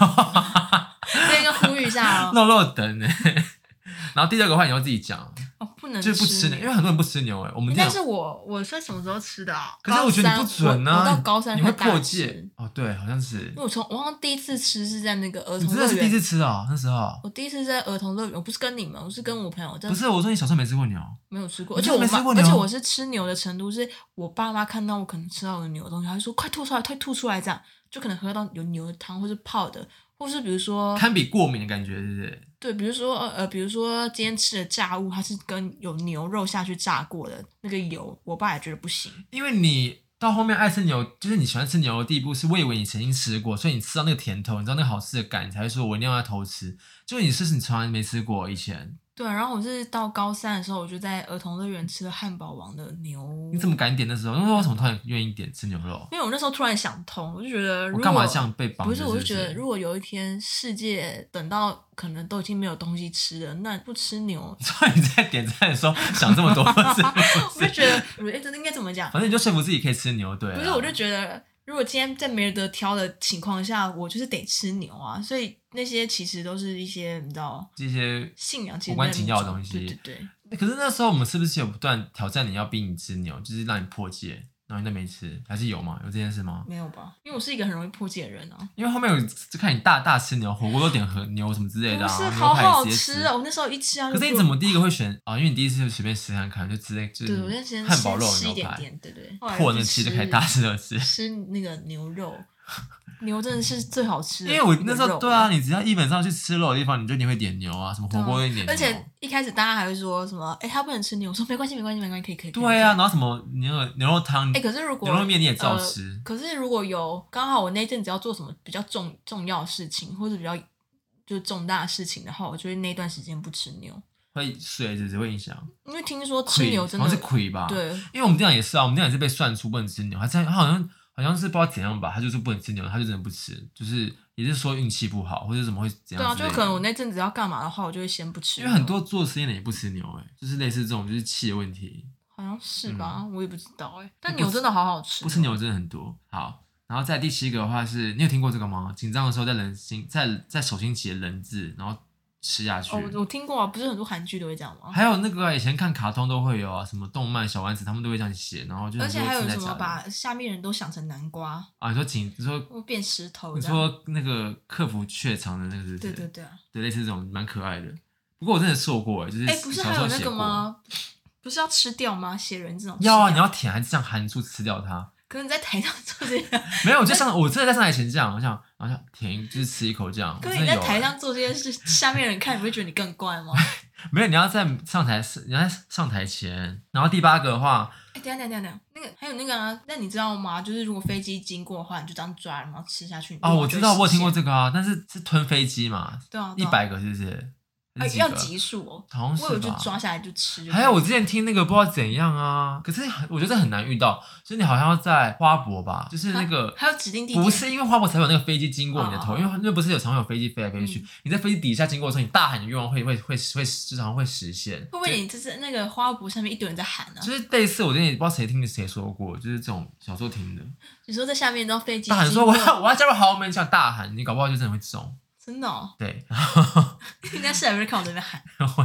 Speaker 2: 这个呼吁一下哦，
Speaker 1: 漏漏等呢。 然后第二个话你要自己讲，
Speaker 2: 哦不能
Speaker 1: 就是不吃牛，因为很多人不吃牛哎、我们
Speaker 2: 欸
Speaker 1: 这
Speaker 2: 但
Speaker 1: 样，
Speaker 2: 是我我是什么时候吃的啊？
Speaker 1: 可是我觉得你不准
Speaker 2: 高
Speaker 1: 啊，
Speaker 2: 三我我到高三
Speaker 1: 你会
Speaker 2: 才大
Speaker 1: 破
Speaker 2: 吃
Speaker 1: 戒哦，对，好像是
Speaker 2: 因为，我从我好像第一次吃是在那个儿
Speaker 1: 你
Speaker 2: 童
Speaker 1: 真
Speaker 2: 乐
Speaker 1: 的是第一次
Speaker 2: 园，
Speaker 1: 吃哦，那时候
Speaker 2: 我第一次在儿童乐园，我不是跟你们，我是跟我朋友，但
Speaker 1: 不是我说你小时候没吃过牛，
Speaker 2: 没有吃过，
Speaker 1: 你
Speaker 2: 而且
Speaker 1: 真
Speaker 2: 我
Speaker 1: 的没
Speaker 2: 妈
Speaker 1: 吃过，
Speaker 2: 而且
Speaker 1: 牛
Speaker 2: 我是吃牛的程度是，我爸妈看到我可能吃到有牛的东西，他就说快吐出来，快吐出来这样，就可能喝到有牛的汤或是泡的，或是比如说
Speaker 1: 堪比过敏的感觉，是不是？
Speaker 2: 对，比如说呃呃，比如说今天吃的炸物，它是跟有牛肉下去炸过的那个油，我爸也觉得不行，
Speaker 1: 因为你到后面爱吃牛，就是你喜欢吃牛的地步，是我以为你曾经吃过，所以你吃到那个甜头，你知道那个好吃的感，你才会说我一定要偷吃。就是你试试，你从来没吃过以前，
Speaker 2: 对，啊然后我是到高三的时候，我就在儿童乐园吃了汉堡王的牛，
Speaker 1: 你怎么敢点那时候？那时候为什么突然愿意点吃牛肉？
Speaker 2: 因为我那时候突然想通，我就觉得
Speaker 1: 我
Speaker 2: 如果
Speaker 1: 干嘛这样被绑
Speaker 2: 不
Speaker 1: 着？
Speaker 2: 是，
Speaker 1: 不，
Speaker 2: 我就觉得如果有一天世界等到可能都已经没有东西吃了，那不吃牛
Speaker 1: 所以你在点赞的时候想这么多， 是
Speaker 2: 我就觉得我哎，这应该怎么讲？
Speaker 1: 反正你就说服自己可以吃牛，对、啊。
Speaker 2: 不 是，我就觉得如果今天在没得挑的情况下，我就是得吃牛啊，所以那些其实都是一些你知道
Speaker 1: 这些
Speaker 2: 信仰其实
Speaker 1: 无关
Speaker 2: 在
Speaker 1: 紧
Speaker 2: 民
Speaker 1: 要的
Speaker 2: 众
Speaker 1: 东西
Speaker 2: 对对对，
Speaker 1: 可是那时候我们是不是有不断挑战你要逼你吃牛，就是让你破戒，然后你都没吃，还是有吗？有这件事吗？
Speaker 2: 没有吧？因为我是一个很容易破戒的人啊。
Speaker 1: 因为后面有就看你大大吃牛，火锅都点和牛什么之类的、
Speaker 2: 不
Speaker 1: 啊，
Speaker 2: 嗯是，
Speaker 1: 然后
Speaker 2: 好
Speaker 1: 牛排
Speaker 2: 好
Speaker 1: 直接吃
Speaker 2: 吃哦！我那时候一吃啊，
Speaker 1: 可是你怎么第一个会选啊？因为你第一次就随便试看看，就直接就
Speaker 2: 对，我那时
Speaker 1: 是
Speaker 2: 间
Speaker 1: 汉堡肉
Speaker 2: 吃一
Speaker 1: 牛
Speaker 2: 点
Speaker 1: 排，
Speaker 2: 点，对对，
Speaker 1: 破那期就开始大吃 特 吃。
Speaker 2: 吃那个牛肉，牛真的是最好吃
Speaker 1: 因
Speaker 2: 的。
Speaker 1: 为我那时候对啊，，你只要一本上去吃肉的地方，你就你会点牛啊，什么火锅会点牛，
Speaker 2: 而且一开始大家还会说什么，哎，他不能吃牛，我说没关系，没关系，没关系，可以可以。可以
Speaker 1: 对啊，，然后什么牛肉牛肉汤
Speaker 2: 哎，、可是如果
Speaker 1: 牛肉面你也照
Speaker 2: 呃
Speaker 1: 吃，
Speaker 2: 可是如果有刚好我那阵子要做什么比较重重要的事情，或者比较就是重大的事情的话，我就会那段时间不吃牛，
Speaker 1: 会水只是会影响。
Speaker 2: 因为听说吃
Speaker 1: 亏
Speaker 2: 牛真
Speaker 1: 好
Speaker 2: 的
Speaker 1: 像是亏吧？，
Speaker 2: 对
Speaker 1: 因为我们店长也是啊，我们店长也是被算出不能吃牛，他这样他好像好像是不知道怎样吧，他就是不能吃牛，他就真的不吃，就是也是说运气不好或者怎么会怎
Speaker 2: 对
Speaker 1: 样
Speaker 2: 啊，
Speaker 1: 之
Speaker 2: 就
Speaker 1: 类的。
Speaker 2: 可能我那阵子要干嘛的话，我就会先不吃
Speaker 1: 因
Speaker 2: 牛，
Speaker 1: 为很多做实验的也不吃牛、欸，哎，就是类似这种就是气的问题，
Speaker 2: 好像是吧，我也不知道哎、但牛真的好好
Speaker 1: 嗯
Speaker 2: 吃，哦
Speaker 1: 不吃牛真的很多。好，然后在第七个的话是，你有听过这个吗？紧张的时候在人心在在手心写人字，然后吃下去。
Speaker 2: 哦，我我听过啊，不是很多韩剧都会这样吗？
Speaker 1: 还有那个啊、以前看卡通都会有啊，什么动漫小丸子他们都会这样写，然后就
Speaker 2: 而且还有
Speaker 1: 很多
Speaker 2: 什
Speaker 1: 字在
Speaker 2: 么
Speaker 1: 夹的
Speaker 2: 把下面人都想成南瓜，
Speaker 1: 啊？你说紧，你说
Speaker 2: 会变石头
Speaker 1: 你
Speaker 2: 这样。
Speaker 1: 说那个克服怯场的那个是不是？
Speaker 2: 对对对啊，
Speaker 1: 对类似这种蛮可爱的。不过我真的受过，欸就是
Speaker 2: 哎，不是
Speaker 1: 小时
Speaker 2: 还有
Speaker 1: 候
Speaker 2: 那
Speaker 1: 写
Speaker 2: 个
Speaker 1: 过。
Speaker 2: 吗？不是要吃掉吗？写人这种
Speaker 1: 要啊，
Speaker 2: 吃
Speaker 1: 你
Speaker 2: 掉
Speaker 1: 要舔还是这样含住吃掉它？
Speaker 2: 可能在台上 做这些，
Speaker 1: 没有，我就
Speaker 2: 哎
Speaker 1: 上我真的在上台前这样，我想，然后想舔一，就是吃一口这样。
Speaker 2: 可
Speaker 1: 我
Speaker 2: 是
Speaker 1: 真
Speaker 2: 你
Speaker 1: 的
Speaker 2: 在
Speaker 1: 有
Speaker 2: 台
Speaker 1: 欸
Speaker 2: 上做这些事，下面人看你不会觉得你更怪吗？
Speaker 1: 没有，你要在上台，你要在上台前。然后第八个的话，
Speaker 2: 哎，等一下等一下等一下，那个还有那个啊，那你知道吗？就是如果飞机经过的话，你就这样抓，然后吃下去。你
Speaker 1: 哦，
Speaker 2: 就
Speaker 1: 我知道，我有听过
Speaker 2: 就会
Speaker 1: 这个啊，但是是吞飞机嘛，
Speaker 2: 实现。对啊，
Speaker 1: 一
Speaker 2: 对啊
Speaker 1: 百个是不是？还
Speaker 2: 哎
Speaker 1: 是几
Speaker 2: 要
Speaker 1: 个
Speaker 2: 级数哦。
Speaker 1: 好像
Speaker 2: 我有
Speaker 1: 是
Speaker 2: 就
Speaker 1: 吧。
Speaker 2: 抓下来就吃就可以。
Speaker 1: 还有我之前听那个不知道怎样啊，可是我觉得很难遇到，就是你好像要在花博吧，就是那个
Speaker 2: 还有指定地点，
Speaker 1: 不是因为花博才有那个飞机经过你的头，
Speaker 2: 哦嗯
Speaker 1: 因为那不是有常常有飞机飞来飞去，你在飞机底下经过的时候，你大喊你愿望会会会会时常会实现。
Speaker 2: 会不会你就是那个花圃上面一堆人在喊呢、啊？
Speaker 1: 就是类似我之前也不知道谁听谁说过，就是这种小时候听的，
Speaker 2: 你说在下面都飞机
Speaker 1: 大喊
Speaker 2: 经
Speaker 1: 说
Speaker 2: 过
Speaker 1: 我要我要加入豪门，像大喊，你搞不好就真的会中。
Speaker 2: 真的、哦，
Speaker 1: 对，
Speaker 2: 应该是还不是看我在那边喊？
Speaker 1: 然后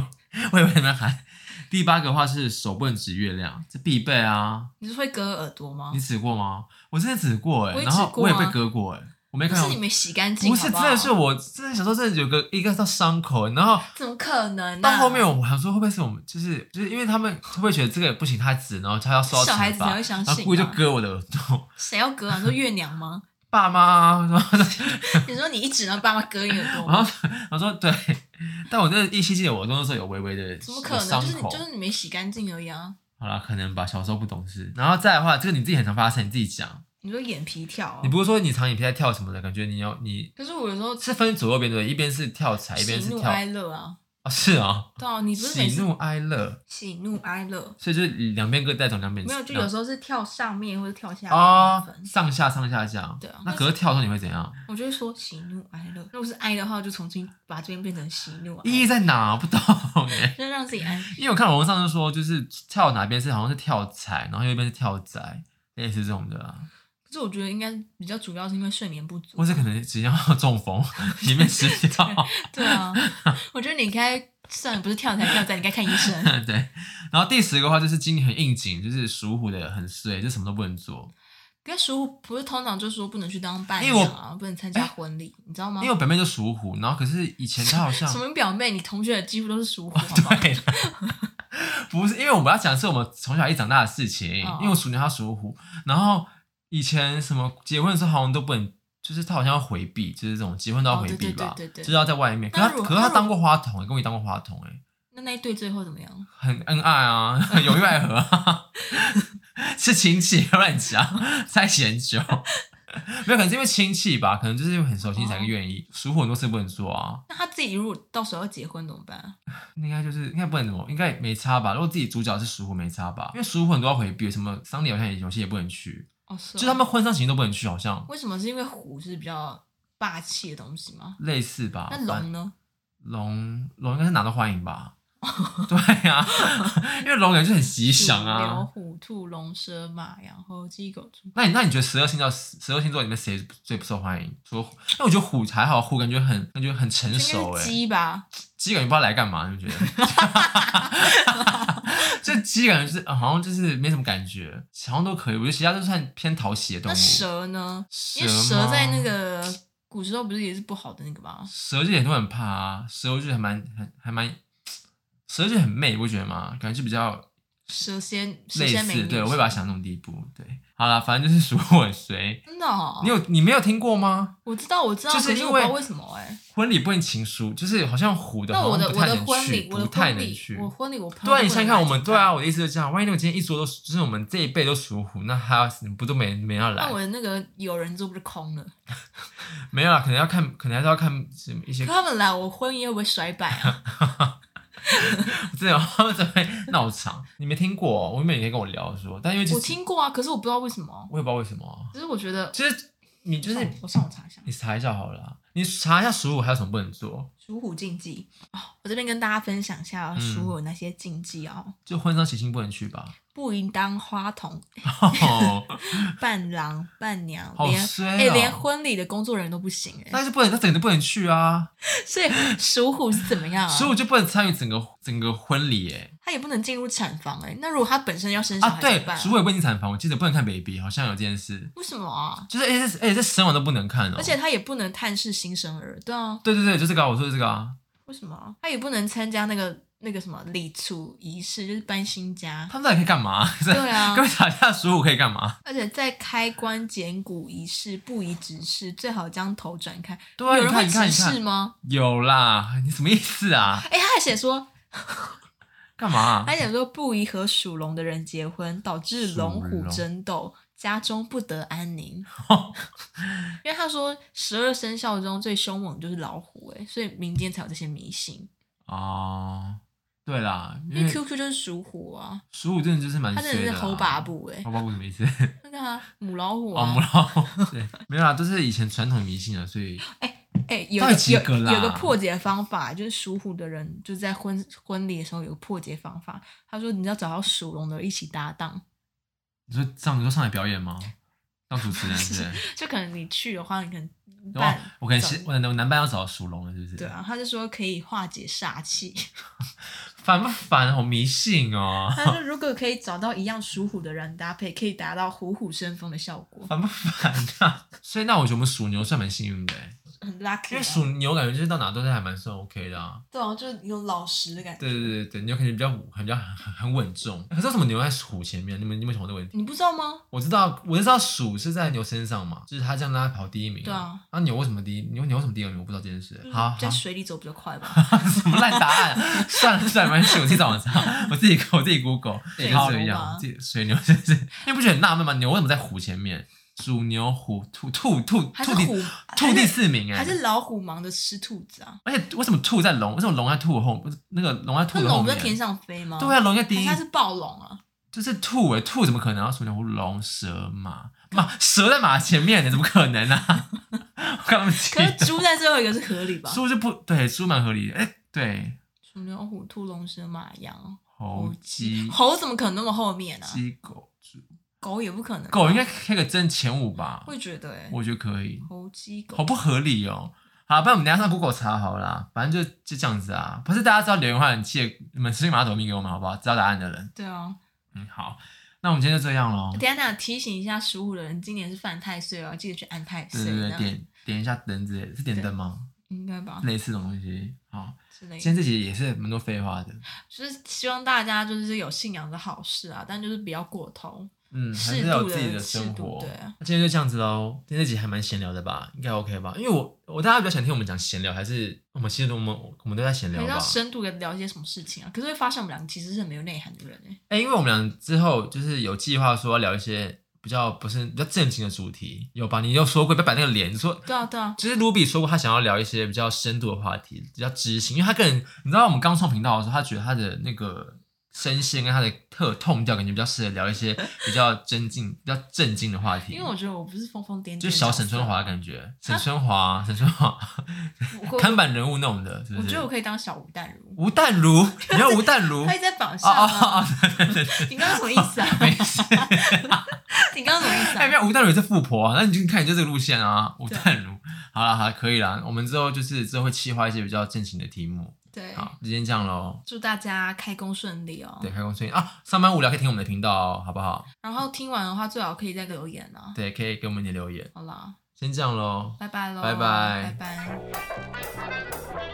Speaker 1: 我也会那边喊。第八个的话是手不能指月亮，这必备啊！
Speaker 2: 你是会割耳朵吗
Speaker 1: 你？指过吗？我真的指过哎、
Speaker 2: 我也
Speaker 1: 然后
Speaker 2: 指过
Speaker 1: 我
Speaker 2: 啊
Speaker 1: 也被割过哎、我没
Speaker 2: 不
Speaker 1: 看
Speaker 2: 是
Speaker 1: 到
Speaker 2: 你。没洗干净，
Speaker 1: 不是，
Speaker 2: 好
Speaker 1: 真
Speaker 2: 好
Speaker 1: 的是我真的小时候真的有个一个叫伤口，欸然后
Speaker 2: 怎么可能、啊？
Speaker 1: 到后面我想说会不会是我们就是就是因为他们会不会觉得这个不行，他指然后他要受到
Speaker 2: 小孩
Speaker 1: 惩
Speaker 2: 子才
Speaker 1: 罚
Speaker 2: 会，相
Speaker 1: 然
Speaker 2: 信、
Speaker 1: 后
Speaker 2: 啊，
Speaker 1: 故意就割我的耳朵，
Speaker 2: 谁要割啊？你说月 娘吗？
Speaker 1: 爸妈啊然后
Speaker 2: 你说你一指让爸妈割你耳朵
Speaker 1: 然后
Speaker 2: 吗？
Speaker 1: 他说对，但我真的依稀记得我那时候有微微的
Speaker 2: 怎么可能？
Speaker 1: 伤
Speaker 2: 就是你
Speaker 1: 口。
Speaker 2: 就是你没洗干净而已啊！
Speaker 1: 好啦，可能吧，小时候不懂事。然后再来的话，这个你自己很常发生，你自己讲。
Speaker 2: 你说眼皮跳、啊
Speaker 1: 你，不是说你常眼皮在跳什么的，感觉你要你
Speaker 2: 可是我有时候
Speaker 1: 是分左右边对不对，一边是跳彩，一边
Speaker 2: 喜
Speaker 1: 是
Speaker 2: 怒
Speaker 1: 跳
Speaker 2: 哀乐啊，
Speaker 1: 啊，是啊、
Speaker 2: 对啊，你不是每
Speaker 1: 喜
Speaker 2: 次
Speaker 1: 怒哀乐，
Speaker 2: 喜怒哀乐
Speaker 1: 所以就是两边各带走两边。
Speaker 2: 没有？就有时候是跳上面或者跳下面
Speaker 1: 啊、
Speaker 2: 的分
Speaker 1: 上下上下这样。
Speaker 2: 对啊
Speaker 1: 那可是跳的时候你会怎样？
Speaker 2: 我就会说喜怒哀乐。如果是哀的话，我就重新把这边变成喜怒哀
Speaker 1: 意义
Speaker 2: 乐，
Speaker 1: 在哪？不懂哎、
Speaker 2: 就是让自己安。
Speaker 1: 因为我看网络上就说，就是跳哪边是好像是跳彩，然后右边是跳窄，类似这种的啊。
Speaker 2: 可是我觉得应该比较主要是因为睡眠不足
Speaker 1: 或。是可能直接要中风，里面吃掉。
Speaker 2: 对啊， 我觉得你应该算了，不是跳才跳才，你应该看医生。
Speaker 1: 对，然后第十个话就是今年很应景，就是属虎的很衰，就什么都不能做。
Speaker 2: 跟叔不是通常就说不能去当伴
Speaker 1: 因为
Speaker 2: 娘
Speaker 1: 我哎
Speaker 2: 啊，不能参加婚礼，你知道吗
Speaker 1: 因为？我表妹就属虎，然后可是以前她好像
Speaker 2: 什么表妹，你同学几乎都是属 虎，好不好？
Speaker 1: 对啦，不是因为我们要讲的是我们从小一长大的事情，
Speaker 2: 哦
Speaker 1: 因为我属牛，她属虎，然后以前什么结婚的时候好像都不能。就是她好像要回避，就是这种结婚都要
Speaker 2: 哦
Speaker 1: 回
Speaker 2: 对
Speaker 1: 避
Speaker 2: 对
Speaker 1: 吧，
Speaker 2: 对对对
Speaker 1: 就是要在外面。可
Speaker 2: 那
Speaker 1: 她
Speaker 2: 如果
Speaker 1: 可是她
Speaker 2: 那如
Speaker 1: 当过花童、欸，跟我也当过花童、欸，
Speaker 2: 那那一对最后怎么样？
Speaker 1: 很恩爱啊， 很有爱和、啊， 是亲戚乱讲，在嫌久。 没有，可能是因为亲戚吧，可能就是因为很熟悉才
Speaker 2: 哦
Speaker 1: 会愿意。属虎很多事不能做啊，
Speaker 2: 那他自己如果到时候要结婚怎么办啊？
Speaker 1: 应该就是应该不能怎么，应该没差吧？如果自己主角是属虎没差吧？因为属虎很多要回避，什么丧礼好像也有些也不能去，
Speaker 2: 哦，是哦
Speaker 1: 就是他们婚丧喜庆都不能去，好像
Speaker 2: 为什么是因为虎是比较霸气的东西吗？
Speaker 1: 类似吧。
Speaker 2: 那龙呢？
Speaker 1: 龙龙应该是哪都欢迎吧？对呀、因为龙感就很吉祥
Speaker 2: 牛、
Speaker 1: 啊。
Speaker 2: 嗯虎、兔、龙、蛇、马，然后鸡、狗、猪。
Speaker 1: 那你那你觉得十二星座十二星座里面谁最不受欢迎？说，那我觉得虎还好，虎感觉很感觉很成
Speaker 2: 这应
Speaker 1: 熟
Speaker 2: 该
Speaker 1: 哎、
Speaker 2: 是鸡吧？
Speaker 1: 鸡感觉不知道来干嘛，你不觉得？ 这鸡感觉就是好像就是没什么感觉，好像都可以。我觉得其他都算偏讨喜的动
Speaker 2: 那
Speaker 1: 物。
Speaker 2: 蛇呢？因为
Speaker 1: 吗
Speaker 2: 蛇在那个古时候不是也是不好的那个吗？
Speaker 1: 蛇就也都很怕啊，蛇就还蛮很还蛮，蛇就很媚，不觉得吗？感觉就比较
Speaker 2: 蛇仙，蛇
Speaker 1: 类
Speaker 2: 仙美
Speaker 1: 似，
Speaker 2: 女。
Speaker 1: 对我会把它想成那种地步。对，好了，反正就是属我谁，
Speaker 2: 真的、哦
Speaker 1: 你，有你没有听过吗？
Speaker 2: 我知道，我知道，
Speaker 1: 就是
Speaker 2: 可是
Speaker 1: 因
Speaker 2: 我不
Speaker 1: 为
Speaker 2: 知道为什么哎、
Speaker 1: 婚礼不能情书，就是好像虎的，
Speaker 2: 那
Speaker 1: 好
Speaker 2: 我
Speaker 1: 像
Speaker 2: 的
Speaker 1: 不
Speaker 2: 我
Speaker 1: 太
Speaker 2: 的
Speaker 1: 能
Speaker 2: 婚
Speaker 1: 去，
Speaker 2: 礼，我
Speaker 1: 不
Speaker 2: 的
Speaker 1: 太
Speaker 2: 婚
Speaker 1: 能
Speaker 2: 礼
Speaker 1: 去，。
Speaker 2: 我婚礼我朋友
Speaker 1: 对啊，你
Speaker 2: 不
Speaker 1: 想想
Speaker 2: 能
Speaker 1: 看，
Speaker 2: 来
Speaker 1: 我们
Speaker 2: 怎
Speaker 1: 对
Speaker 2: 么办
Speaker 1: 啊，。我的意思就是这样。万一我今天一桌都就是我们这一辈都属虎，那还有不都没没人要来
Speaker 2: 那？我的那个友人桌不是空了？
Speaker 1: 没有啦，可能要看，可能还是要看什么一些
Speaker 2: 可他们来，我婚宴会不会甩摆啊？
Speaker 1: 这种他们才会闹场。你没听过、我每天跟我聊说，但因为其实
Speaker 2: 我听过啊，可是我不知道为什么。
Speaker 1: 我也不知道为什么啊，
Speaker 2: 只是我觉得，
Speaker 1: 其实你就是
Speaker 2: 算了我上网查一下
Speaker 1: 你查一下好了啊、你查一下属虎还有什么不能做？
Speaker 2: 属虎禁忌哦。我这边跟大家分享一下哦
Speaker 1: 嗯
Speaker 2: 属虎有哪些禁忌哦。
Speaker 1: 就婚丧喜庆不能去 吧？
Speaker 2: 不应当花 童、
Speaker 1: 哦，
Speaker 2: 伴郎、伴娘，
Speaker 1: 好
Speaker 2: 连
Speaker 1: 衰
Speaker 2: 哎、
Speaker 1: 啊！
Speaker 2: 连婚礼的工作人员都不行哎、
Speaker 1: 那就不能，那整个都不能去啊，
Speaker 2: 所以属虎是怎么样啊？
Speaker 1: 所以我就不能参与整个整个婚礼哎
Speaker 2: 他也不能进入产房哎、那如果他本身要生小
Speaker 1: 啊！
Speaker 2: 孩怎
Speaker 1: 对
Speaker 2: 么办，啊、
Speaker 1: 属虎也不能进产房，我记得不能看 baby，好像有这件事，
Speaker 2: 为什么啊？
Speaker 1: 就是哎这哎这神往都不能看哦。
Speaker 2: 而且他也不能探视新生儿，对啊，
Speaker 1: 对对对，就这个啊我说的这个啊，
Speaker 2: 为什么啊？他也不能参加那个那个什么礼俗仪式，就是搬新家。
Speaker 1: 他们到底可以干嘛？
Speaker 2: 对啊
Speaker 1: 各，位查一下属虎可以干嘛？
Speaker 2: 而且在开棺捡骨仪式不宜直视，最好将头转开。
Speaker 1: 对啊，
Speaker 2: 有
Speaker 1: 你
Speaker 2: 人会
Speaker 1: 看你看
Speaker 2: 直
Speaker 1: 你
Speaker 2: 视
Speaker 1: 看，
Speaker 2: 吗？
Speaker 1: 有啦，你什么意思啊？
Speaker 2: 哎、他还写说
Speaker 1: 干嘛啊、
Speaker 2: 他讲说不宜和属龙的人结婚，导致龙
Speaker 1: 属
Speaker 2: 虎
Speaker 1: 龙
Speaker 2: 争斗，家中不得安 宁。因为他说十二生肖中最凶猛就是老虎、哎，所以民间才有这些迷信。
Speaker 1: 哦，对啦，
Speaker 2: 因
Speaker 1: 因
Speaker 2: 为
Speaker 1: 为
Speaker 2: QQ 就是属虎啊，
Speaker 1: 鼠嗯虎真的就是蛮
Speaker 2: E 他
Speaker 1: 衰
Speaker 2: 真的
Speaker 1: 的
Speaker 2: 是
Speaker 1: 啦。
Speaker 2: 猴把布、哎，
Speaker 1: 猴把布什么意思？
Speaker 2: 那个啊，母老虎
Speaker 1: 哦，
Speaker 2: 啊
Speaker 1: 母，老虎。对，没有啦，都是以前传统迷信啊，所以
Speaker 2: 哎、有
Speaker 1: 到
Speaker 2: 个
Speaker 1: 底几
Speaker 2: 有
Speaker 1: 个啦
Speaker 2: 有个破解方法，就是属虎的人就是在婚婚礼的时候有个破解方法，他说你要找到属龙的一起搭档。
Speaker 1: 你说这样你说上来表演吗？当主持人是不 是？
Speaker 2: 就可能你去的话，你可能
Speaker 1: 哇
Speaker 2: 伴，
Speaker 1: 我可能
Speaker 2: 找
Speaker 1: 是我的男伴要找属龙了，是不是？
Speaker 2: 对，啊，他就说可以化解煞气。
Speaker 1: 烦不烦？好迷信哦，
Speaker 2: 他说如果可以找到一样属虎的人搭配，可以达到虎虎生风的效果，
Speaker 1: 烦不烦啊？ 所以那我觉得我们属牛算蛮幸运的欸，
Speaker 2: 很
Speaker 1: 因
Speaker 2: lucky
Speaker 1: 为
Speaker 2: 啊。
Speaker 1: 属牛感觉就是到哪都是还蛮算 OK 的啊。
Speaker 2: 对啊，就是有老实的感觉。
Speaker 1: 对对对对，牛肯定比较很比较很很稳重。可是为什么牛在虎前面？你们你们有想过这个问题？
Speaker 2: 你不知道吗？
Speaker 1: 我知道，我就知道鼠是在牛身上嘛，就是它这样拉跑第一名。
Speaker 2: 对啊，嗯
Speaker 1: 那、牛为什么第一？牛牛为什么第二名？我不知道这件事。好，好
Speaker 2: 在水里走比较快吧。
Speaker 1: 什么烂答案、 算了算了，没关系，我自己找我 查，我自己我自己 Google，
Speaker 2: 水
Speaker 1: 也
Speaker 2: 牛
Speaker 1: 就
Speaker 2: 吗
Speaker 1: 这样。这水牛就是，你不觉得很纳闷吗？牛为什么在虎前面？鼠、牛、虎、兔、兔、兔、
Speaker 2: 还是
Speaker 1: 兔第
Speaker 2: 虎，
Speaker 1: 兔第
Speaker 2: 还是
Speaker 1: 四名哎、
Speaker 2: 还是老虎忙着吃兔子啊？
Speaker 1: 而且为什么兔在龙？为什么龙在兔后？不是那个龙在
Speaker 2: 那
Speaker 1: 兔的后
Speaker 2: 龙不
Speaker 1: 面
Speaker 2: 在？天上飞吗？
Speaker 1: 对啊，龙在第
Speaker 2: 还
Speaker 1: 一
Speaker 2: 是它，是暴 龙啊？
Speaker 1: 就是兔哎、兔怎么可能要鼠牛虎龙蛇马马蛇在马前面呢？欸怎么可能啊？ 我看他们气
Speaker 2: 可是猪在最后一个是合理吧？
Speaker 1: 猪就不对，猪蛮合理的。哎、对，
Speaker 2: 鼠、牛、虎、兔、龙、蛇、马、羊、
Speaker 1: 猴、鸡、
Speaker 2: 猴怎么可能那么后面啊？
Speaker 1: 鸡、狗、猪、
Speaker 2: 狗也不可能。
Speaker 1: 狗应该可以个争前五吧？
Speaker 2: 会觉得哎、
Speaker 1: 我觉得可以，
Speaker 2: 猴鸡狗
Speaker 1: 好不合理哦。好，不然我们等一下上 Google 查好了啦，反正就就这样子啊。不是大家知道留言的话，你记得你们私信马上抖音给我们好不好？知道答案的人，
Speaker 2: 对啊，
Speaker 1: 嗯，好，那我们今天就这样喽
Speaker 2: 等。一下等一下提醒一下属虎的人，今年是犯太岁哦，记得去按太岁
Speaker 1: 对，对
Speaker 2: 这
Speaker 1: 对，
Speaker 2: 样
Speaker 1: 点点一下灯之类的，是点灯吗？
Speaker 2: 应该吧
Speaker 1: 类似这种东西。好，
Speaker 2: 之类
Speaker 1: 今天
Speaker 2: 的。
Speaker 1: 这集也是蛮多废话的，
Speaker 2: 就是希望大家就是有信仰的好事啊，但就是不要过头，
Speaker 1: 嗯，还
Speaker 2: 适
Speaker 1: 是要有
Speaker 2: 度
Speaker 1: 自己
Speaker 2: 的适
Speaker 1: 生
Speaker 2: 度
Speaker 1: 活。
Speaker 2: 对啊，
Speaker 1: 那今天就这样子喽，今天这集还蛮闲聊的吧，应该 OK 吧？因为我我大家比较想听我们讲闲聊，还是我们其实我们我们都在闲聊
Speaker 2: 还是
Speaker 1: 吧
Speaker 2: 要？深度的聊一些什么事情啊。可是会发现我们俩其实是很没有内涵的人
Speaker 1: 哎、
Speaker 2: 哎、
Speaker 1: 因为我们俩之后就是有计划说要聊一些比较不是比较正经的主题，有吧？你又说过，不要摆那个脸，你说。
Speaker 2: 对啊对啊，
Speaker 1: 就是 Ruby 说过，他想要聊一些比较深度的话题，比较知性，因为他个人，你知道我们刚创频道的时候，他觉得他的那个声线跟他的特痛调，感觉比较适合聊一 些比较真进、比较正经的话题。
Speaker 2: 因为我觉得我不是疯疯癫癫，
Speaker 1: 就是小沈春华的感觉，沈春华、沈春华
Speaker 2: 我
Speaker 1: 看板人物那种的，是
Speaker 2: 我
Speaker 1: 不
Speaker 2: 觉
Speaker 1: 是
Speaker 2: 得？我可以当小吴淡如，
Speaker 1: 吴淡 如，你要吴淡如
Speaker 2: 他一？直在榜上
Speaker 1: 哦
Speaker 2: 啊。
Speaker 1: 哦哦，对对对，
Speaker 2: 你刚刚什么意思 啊？
Speaker 1: 没事。
Speaker 2: 你刚刚什么意思
Speaker 1: 哎，没
Speaker 2: 啊？
Speaker 1: 有吴淡如也是富婆啊，那你就看你就这个路线啊，吴
Speaker 2: 对
Speaker 1: 淡如。好了好了，可以了。我们之后就是之后会企划一些比较正经的题目。
Speaker 2: 对，
Speaker 1: 好，就先这样喽。
Speaker 2: 祝大家开工顺利哦
Speaker 1: 对，。开工顺利啊！上班无聊可以听我们的频道哦，好不好？
Speaker 2: 然后听完的话，最好可以再留言啊。
Speaker 1: 对，可以给我们一点留言。
Speaker 2: 好啦，
Speaker 1: 先这样喽。
Speaker 2: 拜拜喽，
Speaker 1: 拜拜
Speaker 2: 拜拜。